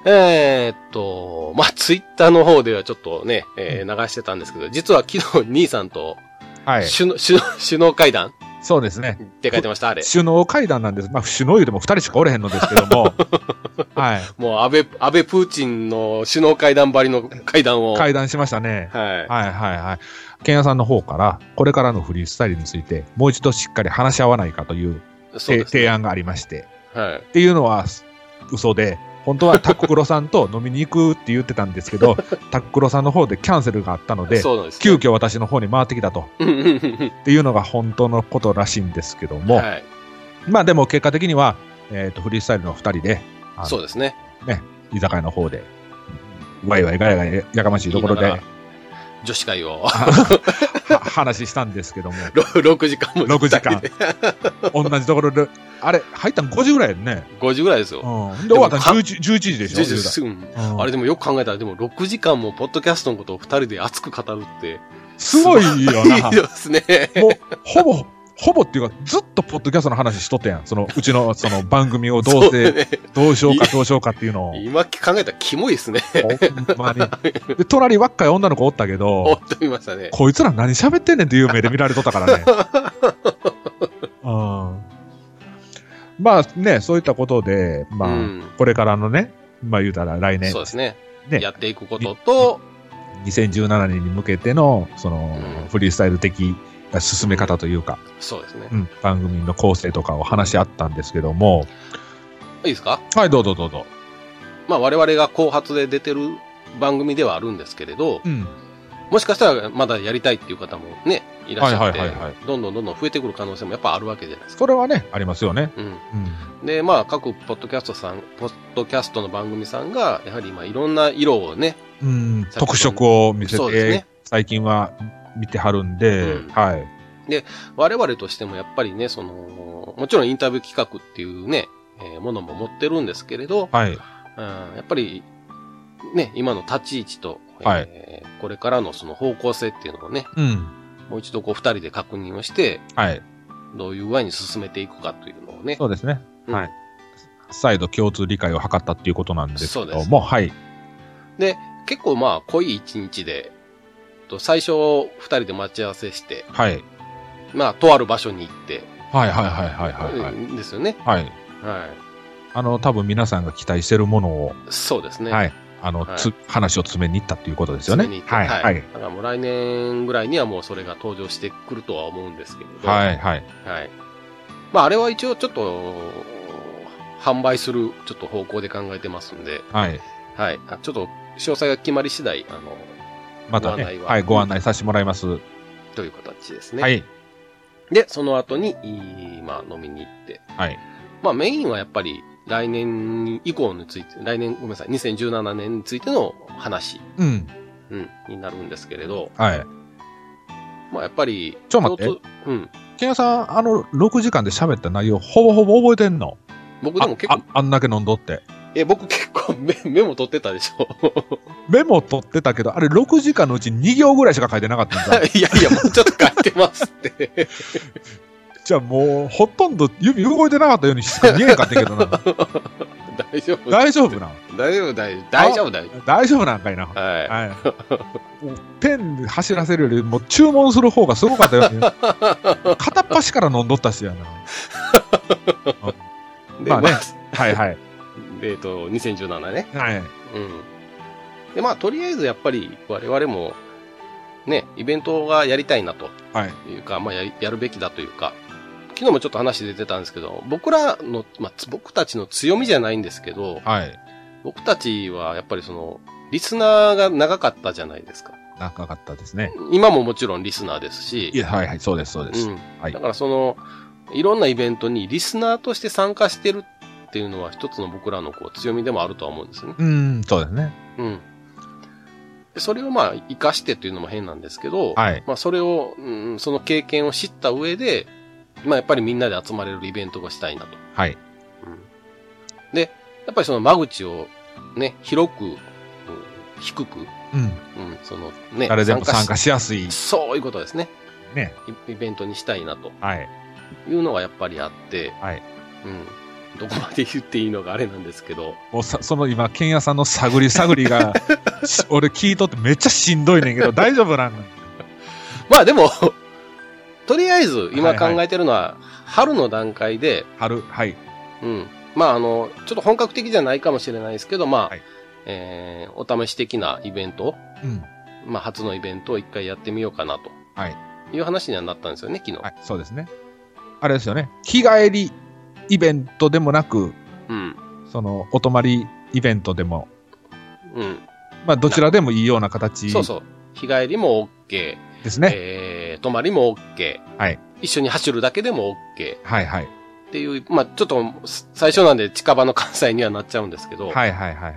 [SPEAKER 1] えーっと、まあ、ツイッターの方ではちょっとね、えー流してたんですけど、実は昨日兄さんと
[SPEAKER 2] はい
[SPEAKER 1] 首脳、首脳首脳会談
[SPEAKER 2] そうですね。
[SPEAKER 1] って書いてました、あれ。
[SPEAKER 2] 首脳会談なんです。まあ、首脳言うても2人しかおれへんのですけども、 はい。
[SPEAKER 1] もう安倍、安倍プーチンの首脳会談ばりの会談を。はい。
[SPEAKER 2] 会談しましたね。はいはいはい。ケンヤさんの方から、これからのフリースタイルについて、もう一度しっかり話し合わないかという
[SPEAKER 1] そうです
[SPEAKER 2] て
[SPEAKER 1] ね。
[SPEAKER 2] 提案がありまして。
[SPEAKER 1] はい。
[SPEAKER 2] っていうのは嘘で、本当はタックロさんと飲みに行くって言ってたんです けど、タックロさんの方でキャンセルがあったので、
[SPEAKER 1] そうなんです、
[SPEAKER 2] 急遽私の方に回ってきたと。
[SPEAKER 1] うんうん うん
[SPEAKER 2] っていうのが本当のことらしいんですけど
[SPEAKER 1] うん
[SPEAKER 2] も、
[SPEAKER 1] はい。
[SPEAKER 2] まあでも結果的には、えー、とフリースタイルの2人であの
[SPEAKER 1] そうですね。
[SPEAKER 2] 居酒屋の方でワイワイガヤガヤやかましいところで
[SPEAKER 1] 言いながら女子会 を
[SPEAKER 2] は話したんですけども
[SPEAKER 1] ろ6時間も
[SPEAKER 2] 6時間
[SPEAKER 1] 二人で
[SPEAKER 2] 同じところであれ入ったの5時ぐらいやんね、
[SPEAKER 1] 5時ぐらいですよ。
[SPEAKER 2] う
[SPEAKER 1] で
[SPEAKER 2] ん、で
[SPEAKER 1] も
[SPEAKER 2] 終わったの
[SPEAKER 1] か
[SPEAKER 2] 11, 11時でしょ
[SPEAKER 1] 10時すぐ。
[SPEAKER 2] 言うたらうん
[SPEAKER 1] あれでもよく考えたら、でも6時間もポッドキャストのことを2人で熱く語るって、
[SPEAKER 2] すごい よ
[SPEAKER 1] い
[SPEAKER 2] ない
[SPEAKER 1] ですね。
[SPEAKER 2] もうほぼほぼっていうかずっとポッドキャストの話しとったやんそのうちのその番組をどう
[SPEAKER 1] そう
[SPEAKER 2] せ
[SPEAKER 1] ね
[SPEAKER 2] どうしようかどうしようかっていうのを
[SPEAKER 1] 今考えたらキモいですね。
[SPEAKER 2] ほんまにで隣若い女の子おったけど
[SPEAKER 1] おっと見ましたね。
[SPEAKER 2] こいつら何喋ってんねんっていう目で見られとったからね。うんまあね、そういったことで、まあ、
[SPEAKER 1] うん
[SPEAKER 2] これからのね、まあ言うたら来年
[SPEAKER 1] そう、ですね
[SPEAKER 2] ね
[SPEAKER 1] やっていくことと、
[SPEAKER 2] 2017年に向けての、その、
[SPEAKER 1] うん
[SPEAKER 2] フリースタイル的進め方というか、
[SPEAKER 1] そうですね
[SPEAKER 2] う。ん、番組の構成とかを話し合ったんですけども、
[SPEAKER 1] いいですか
[SPEAKER 2] はい、どうぞどうぞ。
[SPEAKER 1] まあ我々が後発で出てる番組ではあるんですけれど、
[SPEAKER 2] うん。
[SPEAKER 1] もしかしたらまだやりたいっていう方もね、いらっしゃって、
[SPEAKER 2] はいはいはいは
[SPEAKER 1] どんどんどんどん増えてくる可能性もやっぱあるわけじゃないですか。
[SPEAKER 2] それはね、ありますよね。
[SPEAKER 1] うん。
[SPEAKER 2] うん。
[SPEAKER 1] で、まあ各ポッドキャストさん、ポッドキャストの番組さんが、やはり今いろんな色をね、
[SPEAKER 2] うん、特色を見せ
[SPEAKER 1] そうです
[SPEAKER 2] て、
[SPEAKER 1] ね
[SPEAKER 2] 最近は見てはるんで、
[SPEAKER 1] うん
[SPEAKER 2] はい。
[SPEAKER 1] 我々としてもやっぱりね、その、もちろんインタビュー企画っていうね、えーものも持ってるんですけれど、
[SPEAKER 2] はい。
[SPEAKER 1] うん、やっぱり、ね、今の立ち位置と、えー
[SPEAKER 2] は
[SPEAKER 1] これからのその方向性っていうのをね、
[SPEAKER 2] うん。
[SPEAKER 1] もう一度こう二人で確認をして、
[SPEAKER 2] はい。
[SPEAKER 1] どういう具合に進めていくかというのをね。
[SPEAKER 2] そうですね。
[SPEAKER 1] うん
[SPEAKER 2] はい。再度共通理解を図ったっていうことなんですけ
[SPEAKER 1] そうで
[SPEAKER 2] ど
[SPEAKER 1] す
[SPEAKER 2] も、はい。
[SPEAKER 1] で、結構まあ濃い一日で、と最初二人で待ち合わせして、
[SPEAKER 2] はい。
[SPEAKER 1] まあとある場所に行って、
[SPEAKER 2] はいはいはいはいはいはい。
[SPEAKER 1] うんですよね。
[SPEAKER 2] はい。
[SPEAKER 1] は
[SPEAKER 2] あの、多分皆さんが期待してるものを、
[SPEAKER 1] い。そうですね。
[SPEAKER 2] はい。あの、
[SPEAKER 1] はい
[SPEAKER 2] つ話を詰めに行ったっていうことですよね。
[SPEAKER 1] 常に
[SPEAKER 2] はいは
[SPEAKER 1] だ
[SPEAKER 2] い。
[SPEAKER 1] からもう来年ぐらいにはもうそれが登場してくるとは思うんですけれど。
[SPEAKER 2] はいはい。
[SPEAKER 1] はい。まああれは一応ちょっと、販売するちょっと方向で考えてますんで、
[SPEAKER 2] はい。
[SPEAKER 1] はい。あちょっと詳細が決まり次第、あの、
[SPEAKER 2] また
[SPEAKER 1] ご案内
[SPEAKER 2] ね、
[SPEAKER 1] は
[SPEAKER 2] はい、ご案内させてもらいます。
[SPEAKER 1] という形ですね。
[SPEAKER 2] はい。
[SPEAKER 1] で、その後に、いいまあ、飲みに行って。
[SPEAKER 2] はい。
[SPEAKER 1] まあ、メインはやっぱり、来年以降について、来年、ごめんなさい、2017年についての話、
[SPEAKER 2] うん。
[SPEAKER 1] うん、になるんですけれど、
[SPEAKER 2] はい。
[SPEAKER 1] まあ、やっぱり、
[SPEAKER 2] ちょっと待って
[SPEAKER 1] 共通うん。
[SPEAKER 2] ケンヤさん、あの、6時間で喋った内容、ほぼほぼ覚えてんの
[SPEAKER 1] 僕でも結
[SPEAKER 2] あ
[SPEAKER 1] 構、
[SPEAKER 2] ああんだけ飲んどって。
[SPEAKER 1] え、僕結構メ メモ取ってたでし ょ
[SPEAKER 2] メモ取ってたけど、あれ6時間のうち2行ぐらいしか書いてなかったんだ。
[SPEAKER 1] いやいや、もうちょっと書いてますって。
[SPEAKER 2] じゃあもう、ほとんど指動いてなかったようにしか見えなかったけ どな。
[SPEAKER 1] 大丈夫
[SPEAKER 2] 大丈夫なん
[SPEAKER 1] 大丈夫、大丈夫、大丈夫、大丈
[SPEAKER 2] 大丈夫なんかいな。
[SPEAKER 1] 夫。は
[SPEAKER 2] はい。もうペン走らせるより、もう注文する方がすごかったよね。 片っ端から飲んどったしやな。
[SPEAKER 1] い。で、
[SPEAKER 2] まあね
[SPEAKER 1] ま
[SPEAKER 2] はいはい。
[SPEAKER 1] あでえっと、2017ね。
[SPEAKER 2] はい。
[SPEAKER 1] うん。で、まあ、とりあえずやっぱり我々も、ね、イベントがやりたいなと
[SPEAKER 2] はい。
[SPEAKER 1] いうか、まあやり、やるべきだというか、昨日もちょっと話出てたんですけど、僕らの、まあ、つ僕たちの強みじゃないんですけど、
[SPEAKER 2] はい。
[SPEAKER 1] 僕たちはやっぱりその、リスナーが長かったじゃないですか。
[SPEAKER 2] 長かったですね。
[SPEAKER 1] 今ももちろんリスナーですし、
[SPEAKER 2] いや、はいはい、そうです、そうです。
[SPEAKER 1] うん。
[SPEAKER 2] はい
[SPEAKER 1] だからその、いろんなイベントにリスナーとして参加してるっていうのは一つの僕らのこう強みでもあるとは思うんですね。
[SPEAKER 2] うん、そうですね。
[SPEAKER 1] うん。それをまあ、活かしてっていうのも変なんですけど、
[SPEAKER 2] はい。
[SPEAKER 1] まあ、それを、うん、その経験を知った上で、まあ、やっぱりみんなで集まれるイベントがしたいなと。
[SPEAKER 2] はい。
[SPEAKER 1] うん、で、やっぱりその間口をね、広く、うん低く、
[SPEAKER 2] うん。
[SPEAKER 1] うん、そのね、
[SPEAKER 2] 誰でも参加
[SPEAKER 1] し
[SPEAKER 2] しやすい。
[SPEAKER 1] そういうことですね。
[SPEAKER 2] ね。
[SPEAKER 1] イイベントにしたいなと
[SPEAKER 2] はい。
[SPEAKER 1] いうのがやっぱりあって、
[SPEAKER 2] はい。
[SPEAKER 1] うん。どこまで言っていいのかあれなんですけど、
[SPEAKER 2] もうさ、その今、ケンヤさんの探り探り が、し俺聞いとってめっちゃしんどいねんけど、大丈夫なん
[SPEAKER 1] まあでも、 とりあえず今
[SPEAKER 2] はいはい
[SPEAKER 1] 考えてるのは、春の段階で、
[SPEAKER 2] 春、はい。
[SPEAKER 1] うん。まああの、ちょっと本格的じゃないかもしれないですけど、まあ、
[SPEAKER 2] はい
[SPEAKER 1] えー、お試し的なイベント、
[SPEAKER 2] うん。
[SPEAKER 1] まあ初のイベントを一回やってみようかなと。。
[SPEAKER 2] はい
[SPEAKER 1] いう話にはなったんですよね、昨日。
[SPEAKER 2] はい、そうですね。あれですよね。日帰りイベントでもなく、
[SPEAKER 1] うん。
[SPEAKER 2] その、お泊まりイベントでも、
[SPEAKER 1] うん。
[SPEAKER 2] まあ、どちらでもいいような形
[SPEAKER 1] そうそう。日帰りも OK。
[SPEAKER 2] ですね。
[SPEAKER 1] えー、泊まりも OK。
[SPEAKER 2] はい。
[SPEAKER 1] 一緒に走るだけでも OK。
[SPEAKER 2] はいはい。
[SPEAKER 1] っていう、まあちょっと最初なんで近場の関西にはなっちゃうんですけど、
[SPEAKER 2] はいはいはいはい。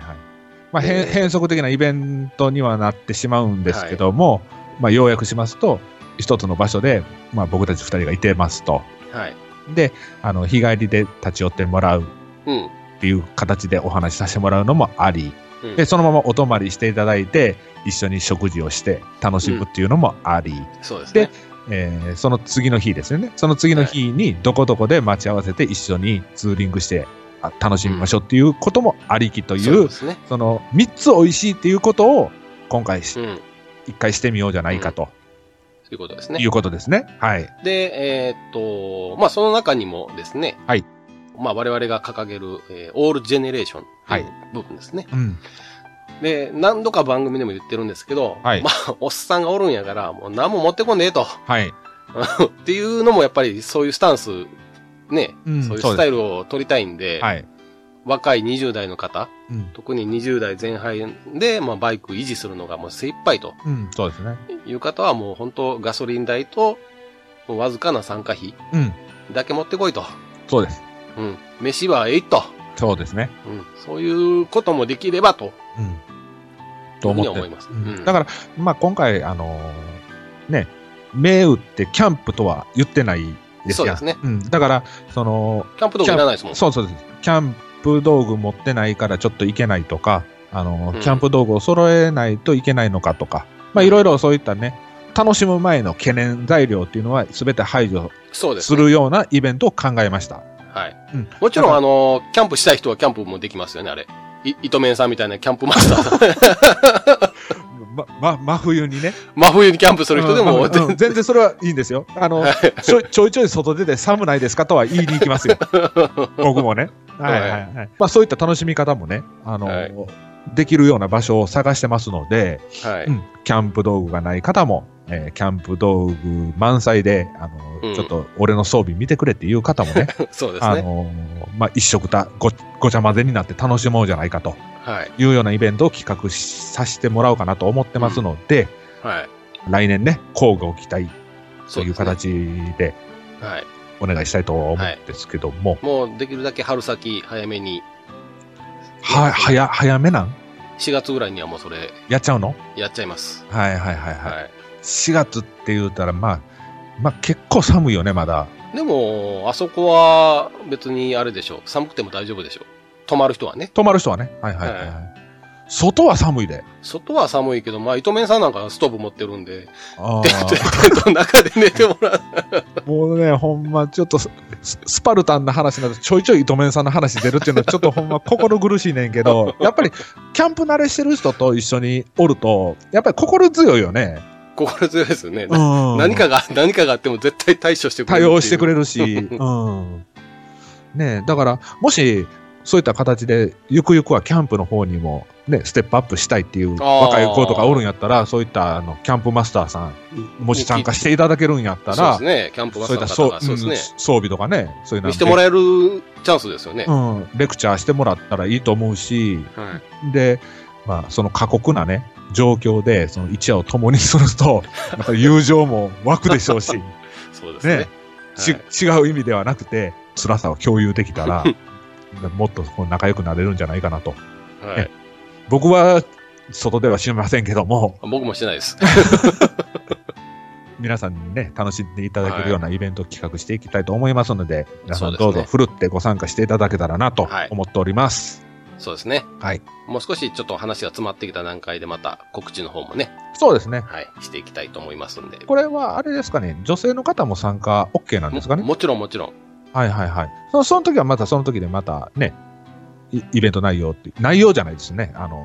[SPEAKER 2] まあ、変
[SPEAKER 1] えー
[SPEAKER 2] 変則的なイベントにはなってしまうんですけども、まあ、要約しますと、一つの場所で、まあ、僕たち二人がいてますと。
[SPEAKER 1] はい。
[SPEAKER 2] で、あの、日帰りで立ち寄ってもらう
[SPEAKER 1] うん。
[SPEAKER 2] っていう形でお話しさせてもらうのもあり、
[SPEAKER 1] うん
[SPEAKER 2] で、そのままお泊まりしていただいて、一緒に食事をして楽しむっていうのもあり、
[SPEAKER 1] そうですね。
[SPEAKER 2] えーその次の日ですよね。その次の日にどこどこで待ち合わせて一緒にツーリングしてあ楽しみましょうっていうこともありきという、
[SPEAKER 1] そうですね。
[SPEAKER 2] その3つ美味しいっていうことを今回し、
[SPEAKER 1] うん。
[SPEAKER 2] 一回してみようじゃないかと
[SPEAKER 1] ということです
[SPEAKER 2] い
[SPEAKER 1] ね。
[SPEAKER 2] うことですね。はい。
[SPEAKER 1] で、えーっと、まあ、その中にもですね。
[SPEAKER 2] はい。
[SPEAKER 1] まあ、我々が掲げる、えーオールジェネレーションという部分ですね。
[SPEAKER 2] うん。
[SPEAKER 1] で、何度か番組でも言ってるんですけど、
[SPEAKER 2] はい
[SPEAKER 1] まあ、おっさんがおるんやから、もう何も持ってこねえと。
[SPEAKER 2] はい。
[SPEAKER 1] っていうのもやっぱりそういうスタンス、ね、
[SPEAKER 2] うん
[SPEAKER 1] そういう
[SPEAKER 2] そうです
[SPEAKER 1] スタイルを取りたいんで、
[SPEAKER 2] はい。
[SPEAKER 1] 若い20代の方、
[SPEAKER 2] うん。
[SPEAKER 1] 特に20代前半で、まあ、バイク維持するのがもう精一杯と
[SPEAKER 2] うん、そうですね。
[SPEAKER 1] いう方はもう本当ガソリン代と、もうわずかな参加費
[SPEAKER 2] うん、
[SPEAKER 1] だけ持ってこいと。
[SPEAKER 2] そうです。
[SPEAKER 1] うん。飯はえいっと。
[SPEAKER 2] そうですね。
[SPEAKER 1] うん。そういうこともできればと。
[SPEAKER 2] うん。と思っ
[SPEAKER 1] ふ
[SPEAKER 2] て
[SPEAKER 1] うに思います
[SPEAKER 2] うん
[SPEAKER 1] うん
[SPEAKER 2] だから、まあ、今回、あのーね、銘打ってキャンプとは言ってないです
[SPEAKER 1] そう
[SPEAKER 2] や
[SPEAKER 1] で
[SPEAKER 2] ん
[SPEAKER 1] すね。
[SPEAKER 2] うん。だから、その、
[SPEAKER 1] キャンプ道具いらないですもん。
[SPEAKER 2] そうそうです。キャンプ道具持ってないからちょっと行けないとか、あの、
[SPEAKER 1] うん
[SPEAKER 2] キャンプ道具を揃えないといけないのかとか、まあいろいろそういったね、楽しむ前の懸念材料っていうのは全て排除
[SPEAKER 1] そうですすね。
[SPEAKER 2] るようなイベントを考えました。
[SPEAKER 1] はい。
[SPEAKER 2] うん
[SPEAKER 1] もちろん、
[SPEAKER 2] だ
[SPEAKER 1] あの、キャンプしたい人はキャンプもできますよね、あれ。い、糸面さんみたいなキャンプマス ターさん。
[SPEAKER 2] ま、ま、真冬にね。
[SPEAKER 1] 真冬にキャンプする人でも、
[SPEAKER 2] うんうんうん全然それはいいんですよ。あの、ちょいちょいちょい外出て寒ないですかとは言いに行きま すよ。僕もね。はいはいはい。まあそういった楽しみ方もね、あの、
[SPEAKER 1] はい
[SPEAKER 2] できるような場所を探してますので、
[SPEAKER 1] はい。
[SPEAKER 2] うん、キャンプ道具がない方も、えーキャンプ道具満載で、あの
[SPEAKER 1] うん
[SPEAKER 2] ちょっと俺の装備見てくれっていう方もね、
[SPEAKER 1] そうです
[SPEAKER 2] あ
[SPEAKER 1] ね。
[SPEAKER 2] のまあ、一色たごごちゃ混ぜになって楽しもうじゃないかと
[SPEAKER 1] はい。
[SPEAKER 2] いうようなイベントを企画しさせてもらおうかなと思ってますので、
[SPEAKER 1] はい。
[SPEAKER 2] 来年ね、交互期待
[SPEAKER 1] そ
[SPEAKER 2] と
[SPEAKER 1] う
[SPEAKER 2] い
[SPEAKER 1] で
[SPEAKER 2] う
[SPEAKER 1] すね。
[SPEAKER 2] 形で
[SPEAKER 1] はい。
[SPEAKER 2] お願いしたいと思うんですけども、
[SPEAKER 1] もう、できるだけ春先早めに、
[SPEAKER 2] は早早めなん
[SPEAKER 1] 4月ぐらいにはもうそれ、
[SPEAKER 2] やっちゃうの
[SPEAKER 1] やっちゃいます。
[SPEAKER 2] はいはいはいはい。
[SPEAKER 1] はい。
[SPEAKER 2] 4月って言うたら、まあ、まあ結構寒いよね、まだ。
[SPEAKER 1] でも、あそこは別にあれでしょう。寒くても大丈夫でしょう。泊まる人はね。
[SPEAKER 2] 泊まる人はね。はいはいはい。
[SPEAKER 1] は
[SPEAKER 2] 外は寒いで。
[SPEAKER 1] 外は寒いけど、まあ、糸面さんなんかストーブ持ってるんで、
[SPEAKER 2] あ
[SPEAKER 1] テン トテントの 中で寝てもらう。
[SPEAKER 2] あ、もうね、ほんま、ちょっとス、ススパルタンな話になって、ちょいちょい糸面さんの話出るっていうのは、ちょっとほん ま心苦しいねんけど、やっぱり、キャンプ慣れしてる人と一緒におると、やっぱり心強いよね。
[SPEAKER 1] 心強いですよね。
[SPEAKER 2] うん
[SPEAKER 1] 何かが、何かがあっても絶対対処してくれる
[SPEAKER 2] 対
[SPEAKER 1] っていう。
[SPEAKER 2] 応してくれるし、うん。ねえだから、もし、そういった形で、ゆくゆくはキャンプの方にも、ね、ステップアップしたいっていう
[SPEAKER 1] あー
[SPEAKER 2] 若い子とかおるんやったら、そういったあのキャンプマスターさん、もし参加していただけるんやった
[SPEAKER 1] そうで
[SPEAKER 2] ら
[SPEAKER 1] す、ね。キャンプマ
[SPEAKER 2] そうい
[SPEAKER 1] ス
[SPEAKER 2] っ
[SPEAKER 1] ター
[SPEAKER 2] た
[SPEAKER 1] の方
[SPEAKER 2] そう
[SPEAKER 1] が。そうです
[SPEAKER 2] う
[SPEAKER 1] ね
[SPEAKER 2] ん。装備とかね、そういうの
[SPEAKER 1] 見せてもらえるチャンスですよね。
[SPEAKER 2] うん、レクチャーしてもらったらいいと思うし、
[SPEAKER 1] はい。
[SPEAKER 2] で、まあ、その過酷なね、状況で、その一夜を共にする と、やっぱり友情も湧くでしょうし、
[SPEAKER 1] そうですね。
[SPEAKER 2] ね
[SPEAKER 1] はい
[SPEAKER 2] ち違う意味ではなくて、辛さを共有できたら、もっとこう仲良くなれるんじゃないかなと。
[SPEAKER 1] はい
[SPEAKER 2] ね僕は外では知りませんけども、
[SPEAKER 1] 僕もしてないです。
[SPEAKER 2] 皆さんにね、楽しんでいただけるようなイベントを企画していきたいと思いますので、皆さんど
[SPEAKER 1] そう
[SPEAKER 2] う
[SPEAKER 1] です
[SPEAKER 2] ぞ
[SPEAKER 1] ね
[SPEAKER 2] ふるってご参加していただけたらなと
[SPEAKER 1] はい
[SPEAKER 2] 思っております。
[SPEAKER 1] そうですね。
[SPEAKER 2] はい。
[SPEAKER 1] もう少しちょっと話が詰まってきた段階でまた告知の方もね、
[SPEAKER 2] そうですね。
[SPEAKER 1] はい、していきたいと思いますんで。
[SPEAKER 2] これはあれですかね、女性の方も参加 OK なんですか
[SPEAKER 1] も
[SPEAKER 2] ね。
[SPEAKER 1] もちろんもちろん。
[SPEAKER 2] はいはいはい。そのその時はまたその時でまたね、イイベント内容って、内容じゃないですね。あの、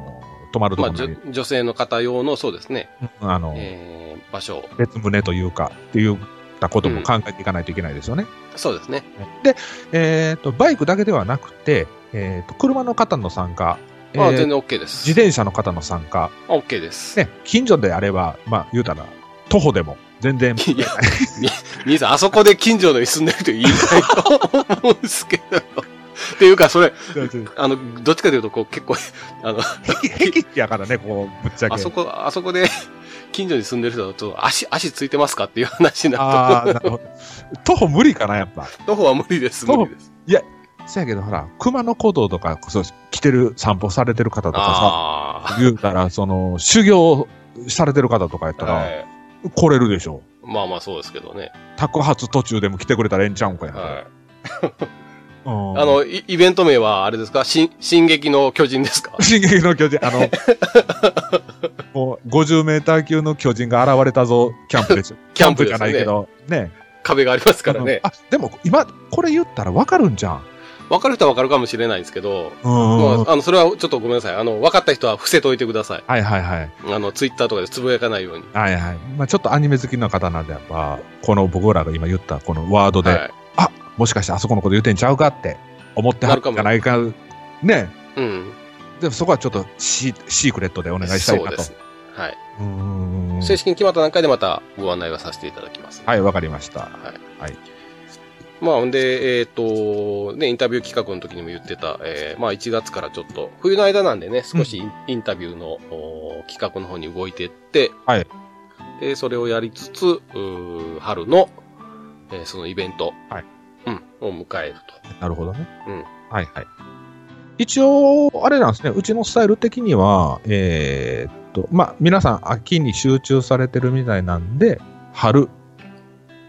[SPEAKER 2] 泊まると
[SPEAKER 1] ま
[SPEAKER 2] こ
[SPEAKER 1] あ、
[SPEAKER 2] ろ、
[SPEAKER 1] じょ女性の方用の、そうですね、
[SPEAKER 2] うんあの、
[SPEAKER 1] えー、場所を。
[SPEAKER 2] 別胸というか、っていうたことも考えていかないといけないですよね。
[SPEAKER 1] そうですね。
[SPEAKER 2] で、えっ、と、バイクだけではなくて、えっ、と、車の方の参加、え
[SPEAKER 1] あ
[SPEAKER 2] ー
[SPEAKER 1] 全然 OK です。
[SPEAKER 2] 自転車の方の参加、
[SPEAKER 1] OK です。
[SPEAKER 2] ね、近所であれば、まあ、言うたら、徒歩でも、全然、
[SPEAKER 1] いや、に兄さん、あそこで近所のに住んでる人いないと思うんですけど。 っていうか、それ、あの、どっちかというと、こう、結構、あの、
[SPEAKER 2] へきやからね、こう、ぶっちゃけ。
[SPEAKER 1] あそこ、あそこで、近所に住んでる人だと、足、足ついてますかっていう話にな
[SPEAKER 2] あ
[SPEAKER 1] る
[SPEAKER 2] あ、なるほど。徒歩無理かな、やっぱ。
[SPEAKER 1] と、徒歩は無理です、
[SPEAKER 2] 徒歩
[SPEAKER 1] 無理です。
[SPEAKER 2] せやけど、ほら、熊野古道とか、そう、来てる、散歩されてる方とか
[SPEAKER 1] あ
[SPEAKER 2] さ、言うたら、その、修行されてる方とかやっ
[SPEAKER 1] あ、
[SPEAKER 2] たら、
[SPEAKER 1] はい。
[SPEAKER 2] 来れるでしょ。
[SPEAKER 1] まあまあ、そうですけどね。
[SPEAKER 2] 宅発途中でも来てくれたらええんちゃうんかやんか。
[SPEAKER 1] はい。
[SPEAKER 2] うん
[SPEAKER 1] あ、の、イイベント名は、あれですか進、進撃の巨人ですか
[SPEAKER 2] 進撃の巨人、あの、もう50メーター級の巨人が現れたぞ、キャンプでしょ。
[SPEAKER 1] キャンプ
[SPEAKER 2] じ
[SPEAKER 1] で
[SPEAKER 2] ゃ
[SPEAKER 1] す
[SPEAKER 2] な
[SPEAKER 1] ね
[SPEAKER 2] いけど、ね。
[SPEAKER 1] 壁がありますからね。
[SPEAKER 2] あのあ、でも今、これ言ったらわかるんじゃん。
[SPEAKER 1] わかる人はわかるかもしれないんですけど、
[SPEAKER 2] うんうんうん。
[SPEAKER 1] まあ、あの、それはちょっとごめんなさい。あの、分かった人は伏せといてください。
[SPEAKER 2] はいはいはい。
[SPEAKER 1] あの、ツイッターとかでつぶやかないように。
[SPEAKER 2] はいはい。まあちょっとアニメ好きの方なんで、やっぱ、この僕らが今言ったこのワードで、
[SPEAKER 1] はい。
[SPEAKER 2] もしかしてあそこのこと言うてんちゃうかって思ってはるんじゃないか。ね。
[SPEAKER 1] うん。
[SPEAKER 2] でもそこはちょっとシーシークレットでお願いしたいな
[SPEAKER 1] そう
[SPEAKER 2] と
[SPEAKER 1] です。はい。
[SPEAKER 2] うんうんうんうん
[SPEAKER 1] 正式に決まった段階でまたご案内はさせていただきます。
[SPEAKER 2] はい、わかりました。
[SPEAKER 1] まあ、ほんで、えっ、と、ね、インタビュー企画の時にも言ってた、えーまあ1月からちょっと、冬の間なんでね、少しインインタビューの、おー企画の方に動いていって、
[SPEAKER 2] はい
[SPEAKER 1] で、それをやりつつ、うー春の、えーそのイベント、
[SPEAKER 2] はい
[SPEAKER 1] うん、を迎える
[SPEAKER 2] なるほどね。
[SPEAKER 1] うん
[SPEAKER 2] はいはい。一応、あれなんですね、うちのスタイル的には、えーっと、まあ、皆さん、秋に集中されてるみたいなんで、春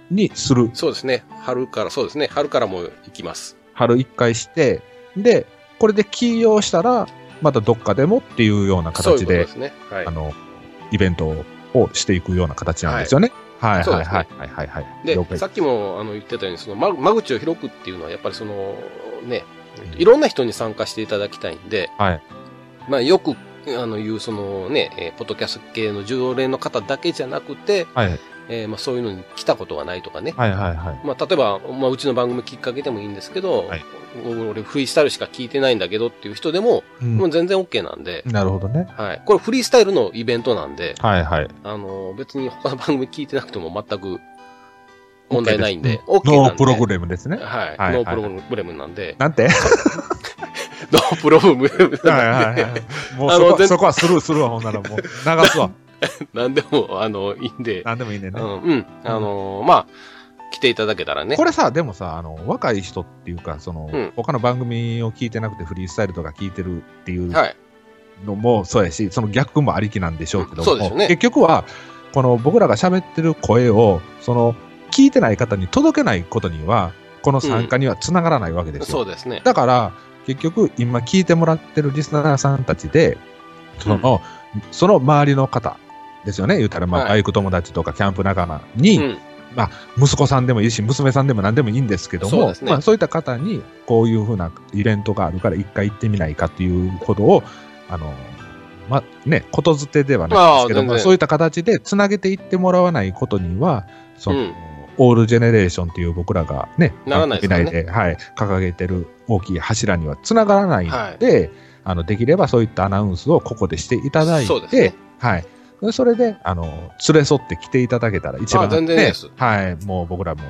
[SPEAKER 2] にする
[SPEAKER 1] と。。そうですね。春から、そうですね。春からも行きます。
[SPEAKER 2] 春一回して、で、これで起用したら、またどっかでもっていうような
[SPEAKER 1] そういう
[SPEAKER 2] 形
[SPEAKER 1] こと
[SPEAKER 2] で、
[SPEAKER 1] ですね。はい
[SPEAKER 2] あ。の、イベントをしていくような形なんですよね。はい、
[SPEAKER 1] そう
[SPEAKER 2] はい、
[SPEAKER 1] です
[SPEAKER 2] はい
[SPEAKER 1] ね、
[SPEAKER 2] はい、はい、はい。
[SPEAKER 1] で
[SPEAKER 2] 了、解
[SPEAKER 1] さっきもあの言ってたように、その間間口を広くっていうのは、やっぱりその、ね、いろんな人に参加していただきたいんで、
[SPEAKER 2] はい
[SPEAKER 1] まあ、よく、あの、言う、そのね、えーポッドキャスト系の常連の方だけじゃなくて、
[SPEAKER 2] はい、はい、
[SPEAKER 1] えーまあ、そういうのに来たことがないとかね。
[SPEAKER 2] はい、はい。
[SPEAKER 1] まあ、例えば、まあ、うちの番組きっかけでもいいんですけど、
[SPEAKER 2] はい
[SPEAKER 1] 俺、フリースタイルしか聞いてないんだけどっていう人でも、
[SPEAKER 2] うん
[SPEAKER 1] もう全然 OK なんで、
[SPEAKER 2] なるほどね。
[SPEAKER 1] はい。これ、フリースタイルのイベントなんで、
[SPEAKER 2] はい、はい。
[SPEAKER 1] あの、別に他の番組聞いてなくても全く問題ないんで、
[SPEAKER 2] ノ
[SPEAKER 1] OK なん
[SPEAKER 2] ー
[SPEAKER 1] で。
[SPEAKER 2] プログラムですね。
[SPEAKER 1] はい。
[SPEAKER 2] はい
[SPEAKER 1] ノープロブレムなんで、
[SPEAKER 2] なんて
[SPEAKER 1] ノープロブレム
[SPEAKER 2] はい
[SPEAKER 1] な
[SPEAKER 2] は
[SPEAKER 1] ん
[SPEAKER 2] い
[SPEAKER 1] で、
[SPEAKER 2] はい。もう
[SPEAKER 1] あの
[SPEAKER 2] そこは
[SPEAKER 1] 全
[SPEAKER 2] そこはスルーするわ、ほんならもう。流 すわ。
[SPEAKER 1] なんでも、あの、いいんで、
[SPEAKER 2] なんでもいいねん
[SPEAKER 1] う
[SPEAKER 2] ね。
[SPEAKER 1] ん、うん、あの、まあ、来ていただけたらね
[SPEAKER 2] こ。れさ、でもさ、あの、若い人っていうか、その、
[SPEAKER 1] うん
[SPEAKER 2] 他の番組を聞いてなくてフリースタイルとか聞いてるっていう
[SPEAKER 1] はい。
[SPEAKER 2] のもそうやし、その逆もありきなんでしょうけども、
[SPEAKER 1] そうですよね
[SPEAKER 2] 結局は、この僕らが喋ってる声を、その、聞いてない方に届けないことには、この参加にはつながらないわけですよ。
[SPEAKER 1] そうですね。
[SPEAKER 2] だから、結局、今聞いてもらってるリスナーさんたちで、その、その周りの方ですよね、言うたら、まあ、
[SPEAKER 1] はい
[SPEAKER 2] バイク友達とかキャンプ仲間に、
[SPEAKER 1] うん。
[SPEAKER 2] 息子さんでもいいし、娘さんでも何でもいいんですけど
[SPEAKER 1] そう
[SPEAKER 2] も、
[SPEAKER 1] ですね
[SPEAKER 2] まあ、そういった方に、こういうふうなイベントがあるから、一回行ってみないかということを、あの、まあね、ことづてではないん
[SPEAKER 1] あ
[SPEAKER 2] ですけ
[SPEAKER 1] あ
[SPEAKER 2] ど、
[SPEAKER 1] 全然
[SPEAKER 2] まあ、そういった形でつなげていってもらわないことには、その、
[SPEAKER 1] うん
[SPEAKER 2] オールジェネレーションっていう僕らがね、
[SPEAKER 1] ならないですからね
[SPEAKER 2] 番組内で、はい、掲げてる大きい柱にはつながらないので、あのできればそういったアナウンスをここでしていただい
[SPEAKER 1] そう
[SPEAKER 2] て、
[SPEAKER 1] ですね
[SPEAKER 2] はい。でそれで、あの、連れ添って来ていただけたら一
[SPEAKER 1] あ
[SPEAKER 2] 番、
[SPEAKER 1] 全然いいです
[SPEAKER 2] はい。もう僕らも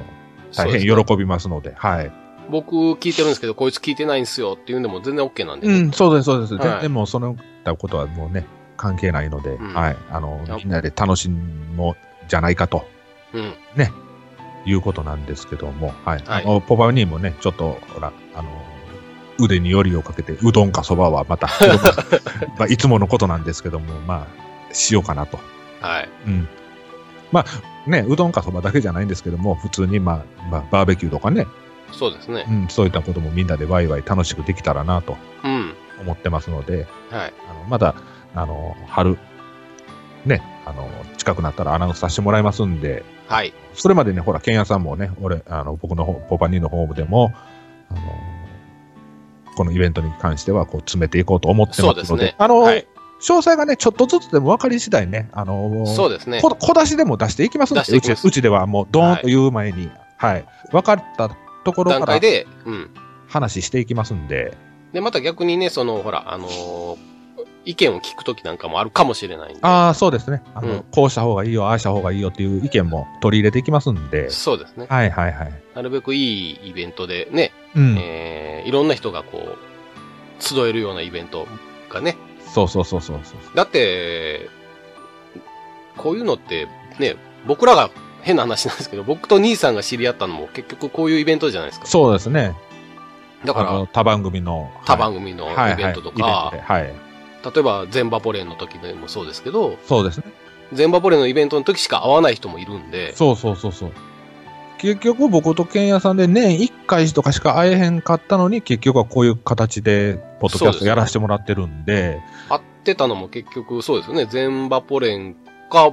[SPEAKER 1] そう
[SPEAKER 2] 大
[SPEAKER 1] ですね
[SPEAKER 2] 変喜びますので、はい。
[SPEAKER 1] 僕聞いてるんですけど、こいつ聞いてないんですよっていうのも全然 OK なんで
[SPEAKER 2] う
[SPEAKER 1] ね。
[SPEAKER 2] ん、そうです、そうです。
[SPEAKER 1] はい
[SPEAKER 2] 全然もうそのことはもうね、関係ないので、
[SPEAKER 1] ん
[SPEAKER 2] はい。あの
[SPEAKER 1] いや、
[SPEAKER 2] みんなで楽しもうじゃないかと
[SPEAKER 1] うん。
[SPEAKER 2] いうことなんですけども、はい。
[SPEAKER 1] はい
[SPEAKER 2] あのポパにもね、ちょっと、ほら、あの、腕によりをかけて、うどんかそばは また、まあ、いつものことなんですけども、まあ、しようかなと。
[SPEAKER 1] はい。
[SPEAKER 2] うん。まあ、ね、うどんかそばだけじゃないんですけども、普通に、まあ、まあ、バーベキューとかね、
[SPEAKER 1] そうですね
[SPEAKER 2] う。ん、そういったこともみんなでワイワイ楽しくできたらなと
[SPEAKER 1] うん。
[SPEAKER 2] 思ってますので、
[SPEAKER 1] はい。
[SPEAKER 2] あのまだ、あの、春、ね、あの、近くなったらアナウンスさせてもらいますんで、
[SPEAKER 1] はい。
[SPEAKER 2] それまでね、ほら、ケンヤさんもね、俺、あの、僕の方、ポパニーの方でも、あの、このイベントに関しては、こう、詰めていこうと思って
[SPEAKER 1] そう
[SPEAKER 2] ま
[SPEAKER 1] ですす
[SPEAKER 2] ので、
[SPEAKER 1] ね。
[SPEAKER 2] あの、
[SPEAKER 1] はい。
[SPEAKER 2] 詳細がね、ちょっとずつでも分かり次第ね、あの、
[SPEAKER 1] そうですね。
[SPEAKER 2] こ小出しでも出していきますんで
[SPEAKER 1] 出していきます
[SPEAKER 2] うちうちではもうドーンと言う前に、はい分かったところ
[SPEAKER 1] 段
[SPEAKER 2] か
[SPEAKER 1] 階
[SPEAKER 2] ら
[SPEAKER 1] で、うん。
[SPEAKER 2] 話していきますんで、
[SPEAKER 1] で、また逆にね、その、ほら、あのー意見を聞くときなんかもあるかもしれないんで。
[SPEAKER 2] ああ、そうですねあの、
[SPEAKER 1] うん
[SPEAKER 2] こうした方がいいよ、ああした方がいいよっていう意見も取り入れていきますんで、
[SPEAKER 1] そうですね。
[SPEAKER 2] はいはいはい。
[SPEAKER 1] なるべくいいイベントでね、
[SPEAKER 2] うん、
[SPEAKER 1] えーいろんな人がこう、集えるようなイベントがね。
[SPEAKER 2] そうそうそうそうそう。
[SPEAKER 1] だって、こういうのってね、僕らが変な話なんですけど、僕と兄さんが知り合ったのも結局こういうイベントじゃないですか。
[SPEAKER 2] そうですね。
[SPEAKER 1] だか
[SPEAKER 2] あの
[SPEAKER 1] ら、
[SPEAKER 2] 他番組の。
[SPEAKER 1] 他番組の
[SPEAKER 2] はい
[SPEAKER 1] イベントと
[SPEAKER 2] はい
[SPEAKER 1] か
[SPEAKER 2] はいイベントで、はい。
[SPEAKER 1] 例えば全バポレーの時でもそうですけど、
[SPEAKER 2] そうですね。
[SPEAKER 1] 全バポレーのイベントの時しか会わない人もいるんで、
[SPEAKER 2] そうそうそうそう。結局僕と剣屋さんで年1回とかしか会えへんかったのに結局はこういう形でポッドキャストやらせてもらってるんで
[SPEAKER 1] 会ってたのも結局そうですよね。全バポレンか、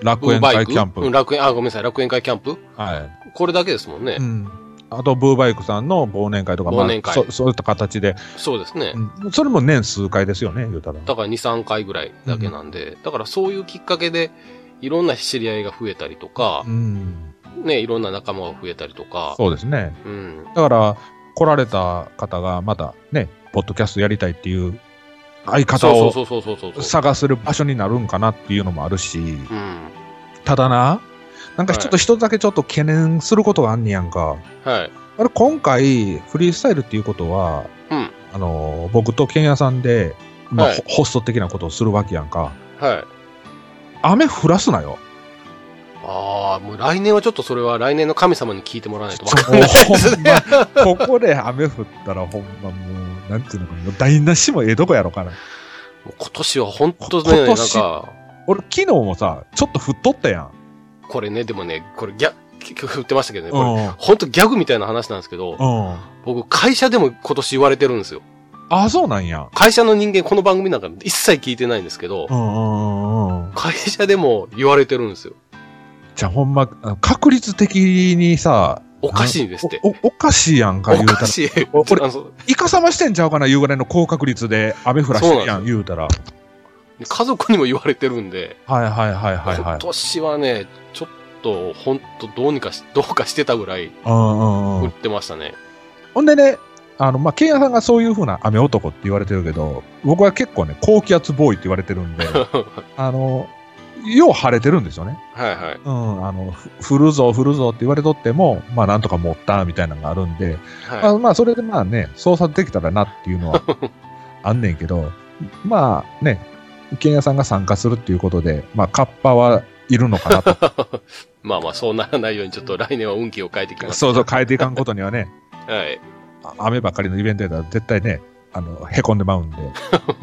[SPEAKER 2] 楽園
[SPEAKER 1] バイ
[SPEAKER 2] 会
[SPEAKER 1] ク
[SPEAKER 2] キャンプ、
[SPEAKER 1] うん楽園、あ、ごめんなさい、楽園会キャンプ
[SPEAKER 2] はい
[SPEAKER 1] これだけですもんね。
[SPEAKER 2] うん、あとブーバイクさんの忘年会とか、
[SPEAKER 1] 忘年会
[SPEAKER 2] まあ、そそういった形で、
[SPEAKER 1] そうですね。
[SPEAKER 2] うんそれも年数回ですよね言うたら
[SPEAKER 1] だから2、3回ぐらいだけなんで、だからそういうきっかけで、いろんな知り合いが増えたりとか
[SPEAKER 2] う、ん、
[SPEAKER 1] ね、いろんな仲間が増えたりとか、
[SPEAKER 2] そうですね
[SPEAKER 1] うん。
[SPEAKER 2] だから来られた方がまたねポッドキャストやりたいっていう相方
[SPEAKER 1] そう
[SPEAKER 2] を
[SPEAKER 1] そうそうそうそうそうそう。
[SPEAKER 2] 探せる場所になるんかなっていうのもあるし、
[SPEAKER 1] うん。
[SPEAKER 2] ただな、なんかちょっと一つだけちょっと懸念することがあんねやんか。
[SPEAKER 1] はい。
[SPEAKER 2] あれ今回、フリースタイルっていうことは、
[SPEAKER 1] うん
[SPEAKER 2] あの、僕とケンヤさんで、まあ
[SPEAKER 1] はい
[SPEAKER 2] ホホスト的なことをするわけやんか。
[SPEAKER 1] はい。
[SPEAKER 2] 雨降らすなよ。
[SPEAKER 1] ああ、もう来年はちょっとそれは来年の神様に聞いてもらわないとわかんないですね。
[SPEAKER 2] ほんま、ここで雨降ったらほんまもう、なんていうのかな、もう台無しもええとこやろかな。
[SPEAKER 1] もう今年は本当
[SPEAKER 2] こ
[SPEAKER 1] ね、
[SPEAKER 2] 今
[SPEAKER 1] なん
[SPEAKER 2] 年
[SPEAKER 1] か、
[SPEAKER 2] 俺昨日もさ、ちょっと降っとったやん。
[SPEAKER 1] これね、でもね、これギャ、結局振ってましたけどね、
[SPEAKER 2] う
[SPEAKER 1] これ、
[SPEAKER 2] ん。
[SPEAKER 1] 本当ギャグみたいな話なんですけど、
[SPEAKER 2] うん。
[SPEAKER 1] 僕、会社でも今年言われてるんですよ。
[SPEAKER 2] あ、そうなんや。
[SPEAKER 1] 会社の人間、この番組なんか一切聞いてないんですけど
[SPEAKER 2] う、んうんうんうん。
[SPEAKER 1] 会社でも言われてるんですよ。
[SPEAKER 2] じゃあほんま、あの確率的にさ、
[SPEAKER 1] おかしいんですって。
[SPEAKER 2] おおおかしいやんか、言
[SPEAKER 1] お
[SPEAKER 2] うた。
[SPEAKER 1] からしい。
[SPEAKER 2] おこれ
[SPEAKER 1] あのそう
[SPEAKER 2] イカサマしてんちゃうかな、言うぐらいの高確率で雨降らしてるや、
[SPEAKER 1] そうなんん
[SPEAKER 2] 言うたら。
[SPEAKER 1] 家族にも言われてるんで、
[SPEAKER 2] はいはいはいはいは
[SPEAKER 1] 今
[SPEAKER 2] い。
[SPEAKER 1] 年はね、ちょっと、本当どうにかし、 どうかしてたぐらい
[SPEAKER 2] うんうんう
[SPEAKER 1] 売っ
[SPEAKER 2] ん。
[SPEAKER 1] てましたね。
[SPEAKER 2] ほんでね、あの、まあ、ケンヤさんがそういう風な雨男って言われてるけど、僕は結構ね、高気圧ボーイって言われてるん で、あの、よう晴れてるんですよね。
[SPEAKER 1] はいはい。
[SPEAKER 2] うん、あの、ふ降るぞ降るぞって言われとっても、まあ、なんとか持ったみたいなのがあるんで、ま
[SPEAKER 1] は
[SPEAKER 2] あ、まあ、それでまあね、操作できたらなっていうの はあんねんけど、まあね、ケンヤさんが参加するっていうことで、まあ、カッパはいるのかな と。
[SPEAKER 1] い。まあまあ、そうならないように、ちょっと来年は運気を変えてきます。
[SPEAKER 2] そうそう、変えていかんことにはね、
[SPEAKER 1] はい。
[SPEAKER 2] あ雨ばっかりのイベントやったら絶対ね、あの、へこんでまうん で、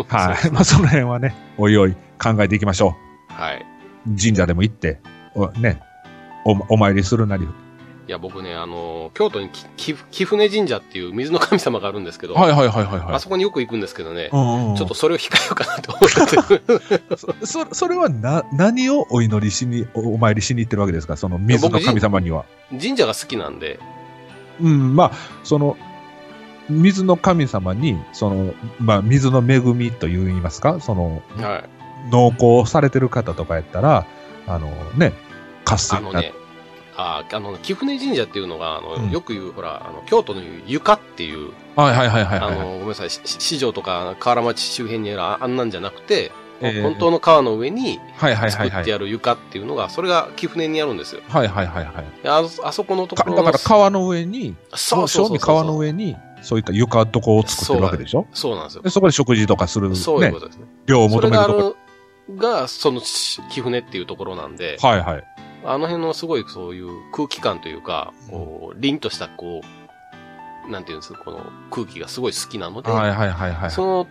[SPEAKER 2] はい。まあ、その辺はね、おいおい考えていきましょ
[SPEAKER 1] はい。
[SPEAKER 2] う。神社でも行って、おね、おお参りするなり。
[SPEAKER 1] いや、僕ね、あのー京都にきき貴船神社っていう水の神様があるんですけど、
[SPEAKER 2] いはいはいはい
[SPEAKER 1] あそこによく行くんですけどね、
[SPEAKER 2] うんうんうん
[SPEAKER 1] ちょっとそれを控えようかなと思 ってる。
[SPEAKER 2] そそそれはな何をお祈りしにおお参りしに行ってるわけですかその水の神様には
[SPEAKER 1] 神社が好きなんで、
[SPEAKER 2] うんまあその水の神様にその、まあ、水の恵みといいますかその
[SPEAKER 1] はい。
[SPEAKER 2] 農耕されてる方とかやったらあのね活水
[SPEAKER 1] あのね、ああの、貴船神社っていうのが、あの、
[SPEAKER 2] うん
[SPEAKER 1] よく言う、ほら、あの、京都の言う床っていう、
[SPEAKER 2] はいはいはいはい
[SPEAKER 1] あ
[SPEAKER 2] はい
[SPEAKER 1] の、ごめんなさい、し市場とか河原町周辺にあるああんなんじゃなくて、
[SPEAKER 2] ええ
[SPEAKER 1] 本当の川の上に
[SPEAKER 2] はいはいは
[SPEAKER 1] 作
[SPEAKER 2] いは
[SPEAKER 1] っ
[SPEAKER 2] い
[SPEAKER 1] てやる床っていうのが、それが貴船にあるんですよ。
[SPEAKER 2] はいはいはいはい
[SPEAKER 1] でああそこのと
[SPEAKER 2] か
[SPEAKER 1] ころ
[SPEAKER 2] だ
[SPEAKER 1] の
[SPEAKER 2] から川の上に
[SPEAKER 1] そうそうそうそう
[SPEAKER 2] 正味川の上にそういった床床を作ってるわけでしょ
[SPEAKER 1] そうなんですよ
[SPEAKER 2] で。そこで食事とかする、ね、
[SPEAKER 1] そういうことですね。
[SPEAKER 2] 量を
[SPEAKER 1] そ
[SPEAKER 2] 求
[SPEAKER 1] れ
[SPEAKER 2] める
[SPEAKER 1] があ
[SPEAKER 2] ところ
[SPEAKER 1] るが、そのし貴船っていうところなんで、
[SPEAKER 2] はいはい
[SPEAKER 1] あの辺のすごいそういう空気感というか、こう、凛としたこう、なんていうんですか、この空気がすごい好きなので、
[SPEAKER 2] はいはいはいはい
[SPEAKER 1] その、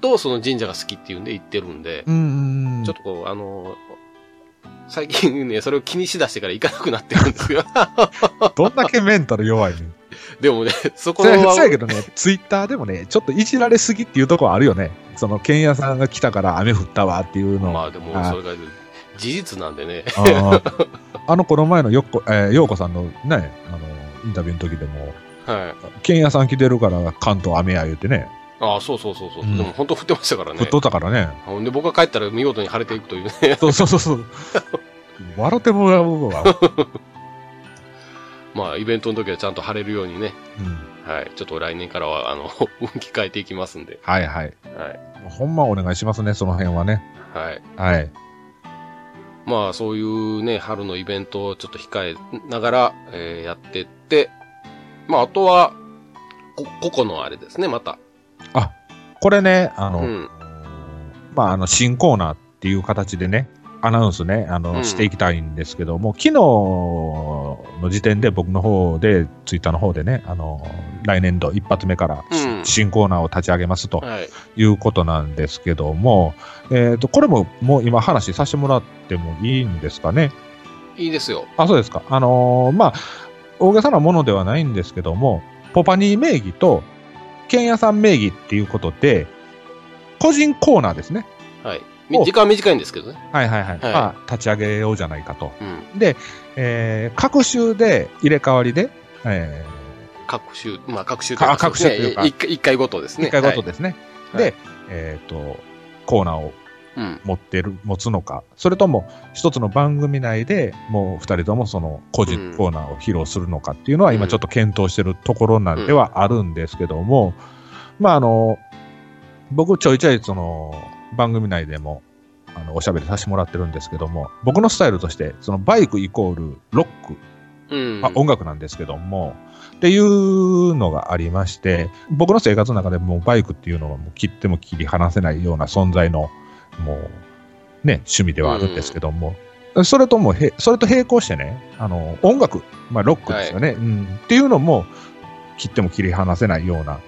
[SPEAKER 1] とその神社が好きっていうんで行ってるんで、
[SPEAKER 2] うんうんうん
[SPEAKER 1] ちょっとこう、あの、最近ね、それを気にしだしてから行かなくなってるんですよ。
[SPEAKER 2] どんだけメンタル弱いねん。
[SPEAKER 1] でもね、そこ
[SPEAKER 2] そ
[SPEAKER 1] の
[SPEAKER 2] やそやけどね、ツイッターでもね、ちょっといじられすぎっていうところあるよね。その、ケンヤさんが来たから雨降ったわっていうの。
[SPEAKER 1] まあでも、
[SPEAKER 2] あ
[SPEAKER 1] それが事実なんでね。
[SPEAKER 2] あーあの、この前のよっこ、えー、ようこさんのね、あの、インタビューの時でも、
[SPEAKER 1] はい。
[SPEAKER 2] ケンヤさん来てるから関東雨や言うてね、
[SPEAKER 1] ああ、そうそうそうそう。
[SPEAKER 2] うん
[SPEAKER 1] でも本当降ってましたから
[SPEAKER 2] 降
[SPEAKER 1] ね
[SPEAKER 2] っ。とったからね。
[SPEAKER 1] ほんで僕が帰ったら見事に晴れていくというね。
[SPEAKER 2] そうそうそうそう。笑ってもらうわ。
[SPEAKER 1] まあ、イベントの時はちゃんと晴れるようにね。
[SPEAKER 2] うん。
[SPEAKER 1] はい。ちょっと来年からは、あの、 運気変えていきますんで。
[SPEAKER 2] はい
[SPEAKER 1] は
[SPEAKER 2] はい。
[SPEAKER 1] い。
[SPEAKER 2] ほんまお願いしますね、その辺はね。
[SPEAKER 1] はい。
[SPEAKER 2] はい。
[SPEAKER 1] まあ、そういうね、春のイベントをちょっと控えながら、えーやってって、まあ、あとは、こ、個々のあれですね、また。
[SPEAKER 2] あ、これね、あの、
[SPEAKER 1] うん。
[SPEAKER 2] まあ、あの新コーナーっていう形でね、アナウンスね、あの
[SPEAKER 1] うん
[SPEAKER 2] していきたいんですけども、昨日の時点で僕の方で、ツイッターの方でね、あの来年度一発目から、
[SPEAKER 1] うん
[SPEAKER 2] 新コーナーを立ち上げますと
[SPEAKER 1] はい。
[SPEAKER 2] いうことなんですけども、えー、とこれももう今、話させてもらってもいいんですかね。
[SPEAKER 1] いいですよ。
[SPEAKER 2] あ、そうですか。あのーまあ、大げさなものではないんですけども、ポパニー名義と、ケンヤさん名義っていうことで、個人コーナーですね。
[SPEAKER 1] はい。
[SPEAKER 2] お
[SPEAKER 1] み時間は短いんですけどね。
[SPEAKER 2] はいはいはい。
[SPEAKER 1] はい
[SPEAKER 2] まあ、立ち上げようじゃないかと。
[SPEAKER 1] うん。
[SPEAKER 2] で、えー、各週で入れ替わりで、え
[SPEAKER 1] 各週、まあ、各週
[SPEAKER 2] あ各週というか
[SPEAKER 1] 一回一回ごとです
[SPEAKER 2] ー、
[SPEAKER 1] ね。
[SPEAKER 2] 1回ごと
[SPEAKER 1] で。
[SPEAKER 2] ですね。
[SPEAKER 1] はい
[SPEAKER 2] で、えっ、と、コーナーを
[SPEAKER 1] うん。
[SPEAKER 2] 持ってる、持つのか、それとも一つの番組内でもう二人ともその個人コーナーを披露するのかっていうのは
[SPEAKER 1] うん
[SPEAKER 2] 今ちょっと検討してるところなんではあるんですけども、まああの、僕ちょいちょいその番組内でもあのおしゃべりさせてもらってるんですけども僕のスタイルとしてそのバイクイコールロック、
[SPEAKER 1] うん。
[SPEAKER 2] まあ、音楽なんですけども、っていうのがありまして僕の生活の中でもうバイクっていうのはもう切っても切り離せないような存在のもう、ね、趣味ではあるんですけども、それともへそれと並行してねあの音楽、まあ、ロックですよね、うん、っていうのも切っても切り離せないような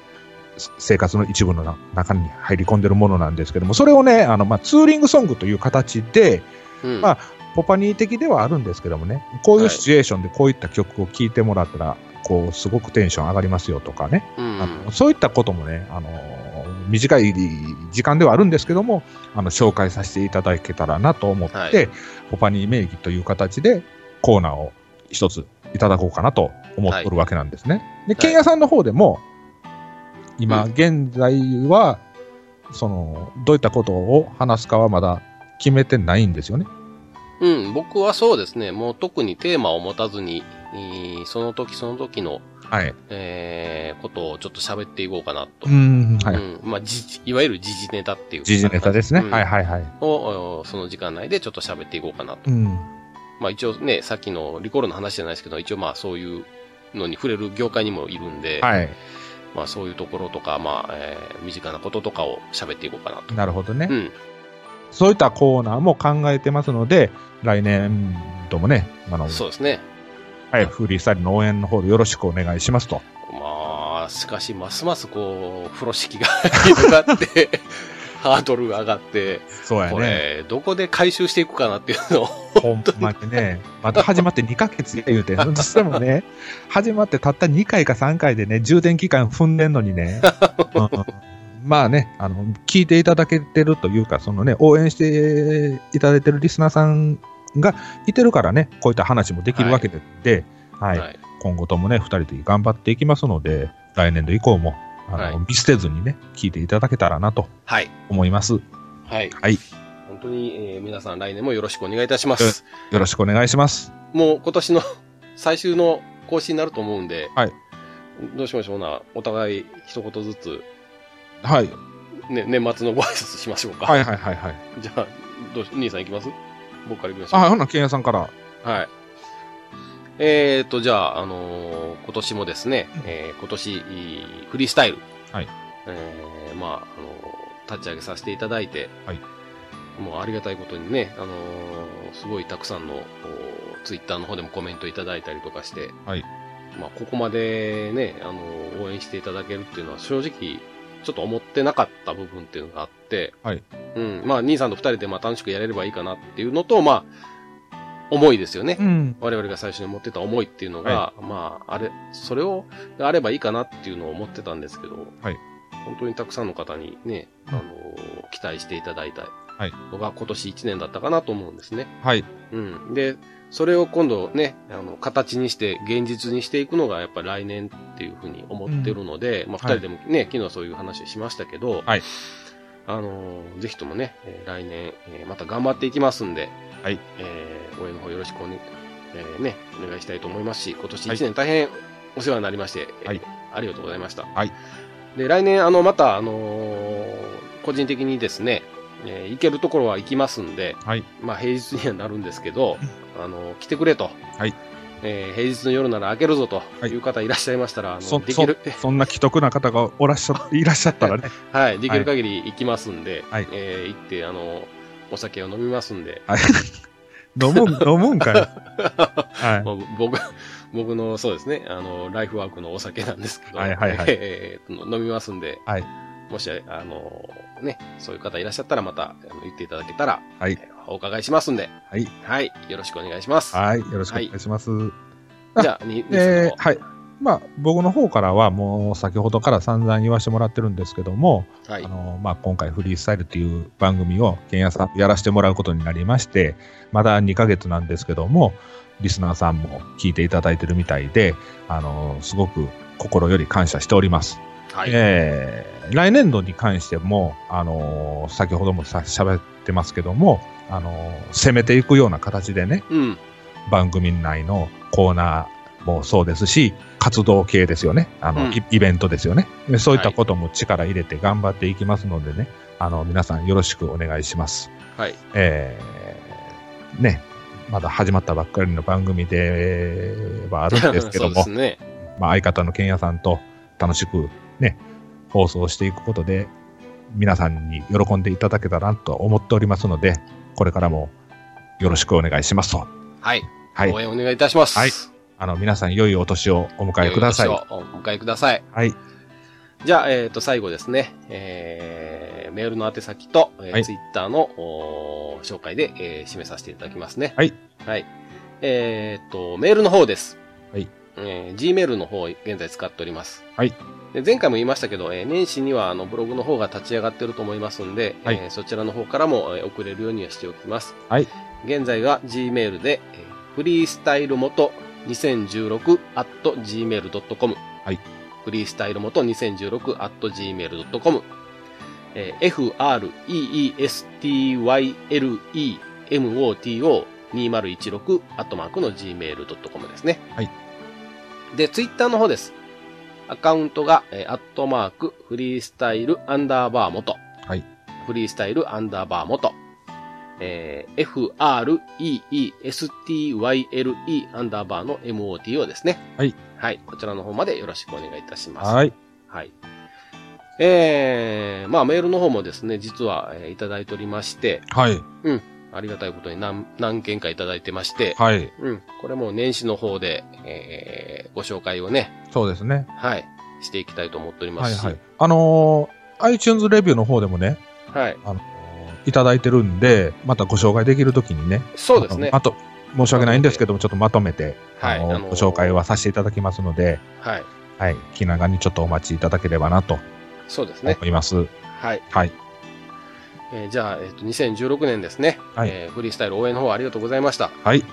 [SPEAKER 2] せ生活の一部のな中に入り込んでるものなんですけどもそれをねあの、まあ、ツーリングソングという形で
[SPEAKER 1] うん
[SPEAKER 2] まあポパニー的ではあるんですけどもねこういうシチュエーションでこういった曲を聴いてもらったらこうすごくテンション上がりますよとかね
[SPEAKER 1] うん
[SPEAKER 2] あのそういったこともね、あのー短い時間ではあるんですけども、あの紹介させていただけたらなと思って、
[SPEAKER 1] はい
[SPEAKER 2] ポパニー名義という形でコーナーを一ついただこうかなと思っておるわけなんですね。で、ケンヤさんの方でも、今
[SPEAKER 1] うん
[SPEAKER 2] 現在は、その、どういったことを話すかはまだ決めてないんですよね。
[SPEAKER 1] うん、僕はそうですね、もう特にテーマを持たずに、えーその時その時の、
[SPEAKER 2] はい。
[SPEAKER 1] えーことをちょっと喋っていこうかなと。
[SPEAKER 2] うん、は
[SPEAKER 1] う
[SPEAKER 2] い。
[SPEAKER 1] んまあ、じいわゆる時事ネタっていう。
[SPEAKER 2] 時事ネタですね。
[SPEAKER 1] うん
[SPEAKER 2] はいはいはい。
[SPEAKER 1] を、おその時間内でちょっと喋っていこうかなと。
[SPEAKER 2] うん。
[SPEAKER 1] まあ一応ね、さっきのリコールの話じゃないですけど、一応まあそういうのに触れる業界にもいるんで、
[SPEAKER 2] はい。
[SPEAKER 1] まあそういうところとか、まあ、えー身近なこととかを喋っていこうかなと。
[SPEAKER 2] なるほどね。
[SPEAKER 1] うん。
[SPEAKER 2] そういったコーナーも考えてますので、来年度もね、あの、
[SPEAKER 1] そうですね。
[SPEAKER 2] はい、フリースタイルの応援の方でよろしくお願いしますと。
[SPEAKER 1] まあ、しかし、ますますこう、風呂敷が広がって、 ハードルが上がって、
[SPEAKER 2] そうや
[SPEAKER 1] こ
[SPEAKER 2] ね。
[SPEAKER 1] れ、どこで回収していくかなっていうのを、
[SPEAKER 2] ほんまにね、また始まって2ヶ月や 言うて、どうしてもね、始まってたった2回か3回でね、充電期間踏んでんのに ね、うんまあね、あの、聞いていただけてるというか、そのね、応援していただいてるリスナーさんがいてるからね、こういった話もできるわけで、ではい、
[SPEAKER 1] はい
[SPEAKER 2] 今後ともね、2人で頑張っていきますので、来年度以降も、あの、
[SPEAKER 1] はい
[SPEAKER 2] 見捨てずにね、聞いていただけたらなと
[SPEAKER 1] はい。
[SPEAKER 2] 思います。よ
[SPEAKER 1] はい。
[SPEAKER 2] はい
[SPEAKER 1] 本当に、えー皆さん来年もよろしくお願いいたします。
[SPEAKER 2] ろしくお願いします。
[SPEAKER 1] もう今年の 最終の更新になると思うんで、
[SPEAKER 2] はい
[SPEAKER 1] どうしましょうな。お互い一言ずつ、
[SPEAKER 2] はい、
[SPEAKER 1] ね、年末のご挨拶しましょうか。
[SPEAKER 2] はいはいはいはい。
[SPEAKER 1] じゃあ、どうし、兄さんいきます僕からいきましょう。
[SPEAKER 2] あ、ほな、けんやさんから。
[SPEAKER 1] はい。えーと、じゃあ、あのー今年もですね、えー今年、いいフリースタイル。
[SPEAKER 2] はい
[SPEAKER 1] えーまあ、あのー立ち上げさせていただいて、
[SPEAKER 2] はい
[SPEAKER 1] もうありがたいことにね、あのーすごいたくさんの、こうツイッターの方でもコメントいただいたりとかして、
[SPEAKER 2] はい
[SPEAKER 1] まあ、ここまでね、あのー応援していただけるっていうのは正直、ちょっと思ってなかった部分っていうのがあって、
[SPEAKER 2] はい
[SPEAKER 1] うん、まあ、兄さんと二人でまあ楽しくやれればいいかなっていうのと、まあ、思いですよね。
[SPEAKER 2] うん。
[SPEAKER 1] 我々が最初に持ってた思いっていうのが、まあ、あれ、それを、あればいいかなっていうのを思ってたんですけど、
[SPEAKER 2] はい
[SPEAKER 1] 本当にたくさんの方にね、
[SPEAKER 2] うん
[SPEAKER 1] あのー期待していただいた
[SPEAKER 2] はい
[SPEAKER 1] のが今年1年だったかなと思うんですね。
[SPEAKER 2] はい。
[SPEAKER 1] うん。で、それを今度ね、あの、形にして、現実にしていくのがやっぱ来年っていうふうに思ってるので、まあ、二
[SPEAKER 2] はい
[SPEAKER 1] 人でもね、昨日そういう話しましたけど、
[SPEAKER 2] はい
[SPEAKER 1] あのーぜひともね、えー来年、えーまた頑張っていきますんで、
[SPEAKER 2] はい
[SPEAKER 1] えー応援の方よろしくお,、ねえーね、お願いしたいと思いますし、今年一年大変お世話になりまして、えー
[SPEAKER 2] はい
[SPEAKER 1] ありがとうございました。
[SPEAKER 2] はい
[SPEAKER 1] で、来年、あの、また、あのー個人的にですね、えー行けるところは行きますんで、
[SPEAKER 2] はい
[SPEAKER 1] まあ、平日にはなるんですけど、あの、来てくれと。
[SPEAKER 2] はい
[SPEAKER 1] えー平日の夜なら開けるぞと
[SPEAKER 2] はい
[SPEAKER 1] いう方いらっしゃいましたら、あ
[SPEAKER 2] そ
[SPEAKER 1] の、できる、
[SPEAKER 2] そそんな既得な方がおらっ しゃいらっしゃったらね、
[SPEAKER 1] はい、できる限り行きますんで、
[SPEAKER 2] はい
[SPEAKER 1] えー行って、あの、お酒を飲みますんで、
[SPEAKER 2] 飲 むん、飲むんかい。は
[SPEAKER 1] もう僕、 僕のそうですね、あの、ライフワークのお酒なんですけど、
[SPEAKER 2] はいはいはい
[SPEAKER 1] えーと飲みますんで、
[SPEAKER 2] はい
[SPEAKER 1] もし、あの、ね、そういう方いらっしゃったらまた、あの言っていただけたら、
[SPEAKER 2] はい
[SPEAKER 1] えーお伺いしますんで、
[SPEAKER 2] はい
[SPEAKER 1] はい、よろしくお願いします。
[SPEAKER 2] い。はい。よろしくお願いします。
[SPEAKER 1] じゃあ、に、
[SPEAKER 2] え
[SPEAKER 1] に
[SPEAKER 2] ーはい。まあ、僕の方からは、もう先ほどから散々言わせてもらってるんですけども、
[SPEAKER 1] はい
[SPEAKER 2] あ、のまあ、今回、フリースタイルという番組を、けんやさんやらせてもらうことになりまして、まだ2ヶ月なんですけども、リスナーさんも聞いていただいてるみたいで、あのすごく心より感謝しております。
[SPEAKER 1] はい、
[SPEAKER 2] えー来年度に関しても、あのー先ほどもさ喋ってますけども、あのー攻めていくような形でね、
[SPEAKER 1] うん、
[SPEAKER 2] 番組内のコーナーもそうですし、活動系ですよね。あの、
[SPEAKER 1] うん
[SPEAKER 2] イイベントですよね。でそういったことも力入れて頑張っていきますのでね、あの、皆さんよろしくお願いします。
[SPEAKER 1] はい。
[SPEAKER 2] えー、ね、まだ始まったばっかりの番組ではあるんです け
[SPEAKER 1] そ
[SPEAKER 2] ど
[SPEAKER 1] うで
[SPEAKER 2] も
[SPEAKER 1] す、ね。
[SPEAKER 2] まあ、相方のけんやさんと楽しくね、放送していくことで、皆さんに喜んでいただけたらなと思っておりますので、これからもよろしくお願いしますと。
[SPEAKER 1] はい。
[SPEAKER 2] はい
[SPEAKER 1] 応。援お願いいたします。
[SPEAKER 2] はいあの、皆さん良いお年をお迎えください。
[SPEAKER 1] 良お年をお迎えください。
[SPEAKER 2] はい。
[SPEAKER 1] じゃあ、えっ、と、最後ですね、えー、メールの宛先と、えー
[SPEAKER 2] はい
[SPEAKER 1] ツイッターのおー紹介で、えー締めさせていただきますね。
[SPEAKER 2] はい。
[SPEAKER 1] はい。えっ、と、メールの方です。
[SPEAKER 2] はい。
[SPEAKER 1] えー、Gmail の方を現在使っております。
[SPEAKER 2] はい。
[SPEAKER 1] で前回も言いましたけど、えー年始にはあのブログの方が立ち上がってると思いますんで、
[SPEAKER 2] はい
[SPEAKER 1] えーそちらの方からも、えー送れるようにはしておきます。
[SPEAKER 2] はい。
[SPEAKER 1] 現在が Gmail で、えーフリースタイル元2016 at gmail.com。
[SPEAKER 2] はい。
[SPEAKER 1] フリースタイル元2016 at gmail.com。えー freestylemoto2016 at マークの gmail.com ですね。
[SPEAKER 2] はい。
[SPEAKER 1] で、ツイッターの方です。アカウントが、えーアットマーク、フリースタイルアンダーバー元。
[SPEAKER 2] はい。
[SPEAKER 1] フリースタイルアンダーバー元。えー freestyle アンダーバーの moto ですね。
[SPEAKER 2] はい。
[SPEAKER 1] はい。こちらの方までよろしくお願いいたします。
[SPEAKER 2] はい。
[SPEAKER 1] はい。えー、まあメールの方もですね、実は、えーいただいておりまして、
[SPEAKER 2] はい。
[SPEAKER 1] ありがたいことに何、何件かいただいてまして、
[SPEAKER 2] はい。
[SPEAKER 1] うん。これも年始の方で、えーご紹介をね、
[SPEAKER 2] そうですね。
[SPEAKER 1] はい、していきたいと思っておりま
[SPEAKER 2] はい
[SPEAKER 1] すし、
[SPEAKER 2] はい。あのー iTunes レビューの方でもね、
[SPEAKER 1] はい。
[SPEAKER 2] あのーいただいてるんで、またご紹介できるときにね。
[SPEAKER 1] そうですね
[SPEAKER 2] あ。と、申し訳ないんですけども、ちょっとまとめて、
[SPEAKER 1] はい
[SPEAKER 2] あのー
[SPEAKER 1] あのー
[SPEAKER 2] ご紹介はさせていただきますので、
[SPEAKER 1] はい。
[SPEAKER 2] はい。気長にちょっとお待ちいただければなと
[SPEAKER 1] そうですね
[SPEAKER 2] 思。います。
[SPEAKER 1] はい。
[SPEAKER 2] はい。
[SPEAKER 1] えーじゃあ、えっ、と、2016年ですね。
[SPEAKER 2] はい
[SPEAKER 1] えーフリースタイル応援の方ありがとうございました。
[SPEAKER 2] はい。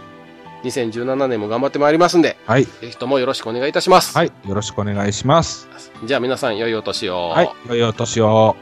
[SPEAKER 1] 2017年も頑張ってまいりますんで、
[SPEAKER 2] はい。
[SPEAKER 1] ぜひともよろしくお願いいたします。
[SPEAKER 2] はい。よろしくお願いします。
[SPEAKER 1] じゃあ皆さん、良いお年を。
[SPEAKER 2] はい。良いお年を。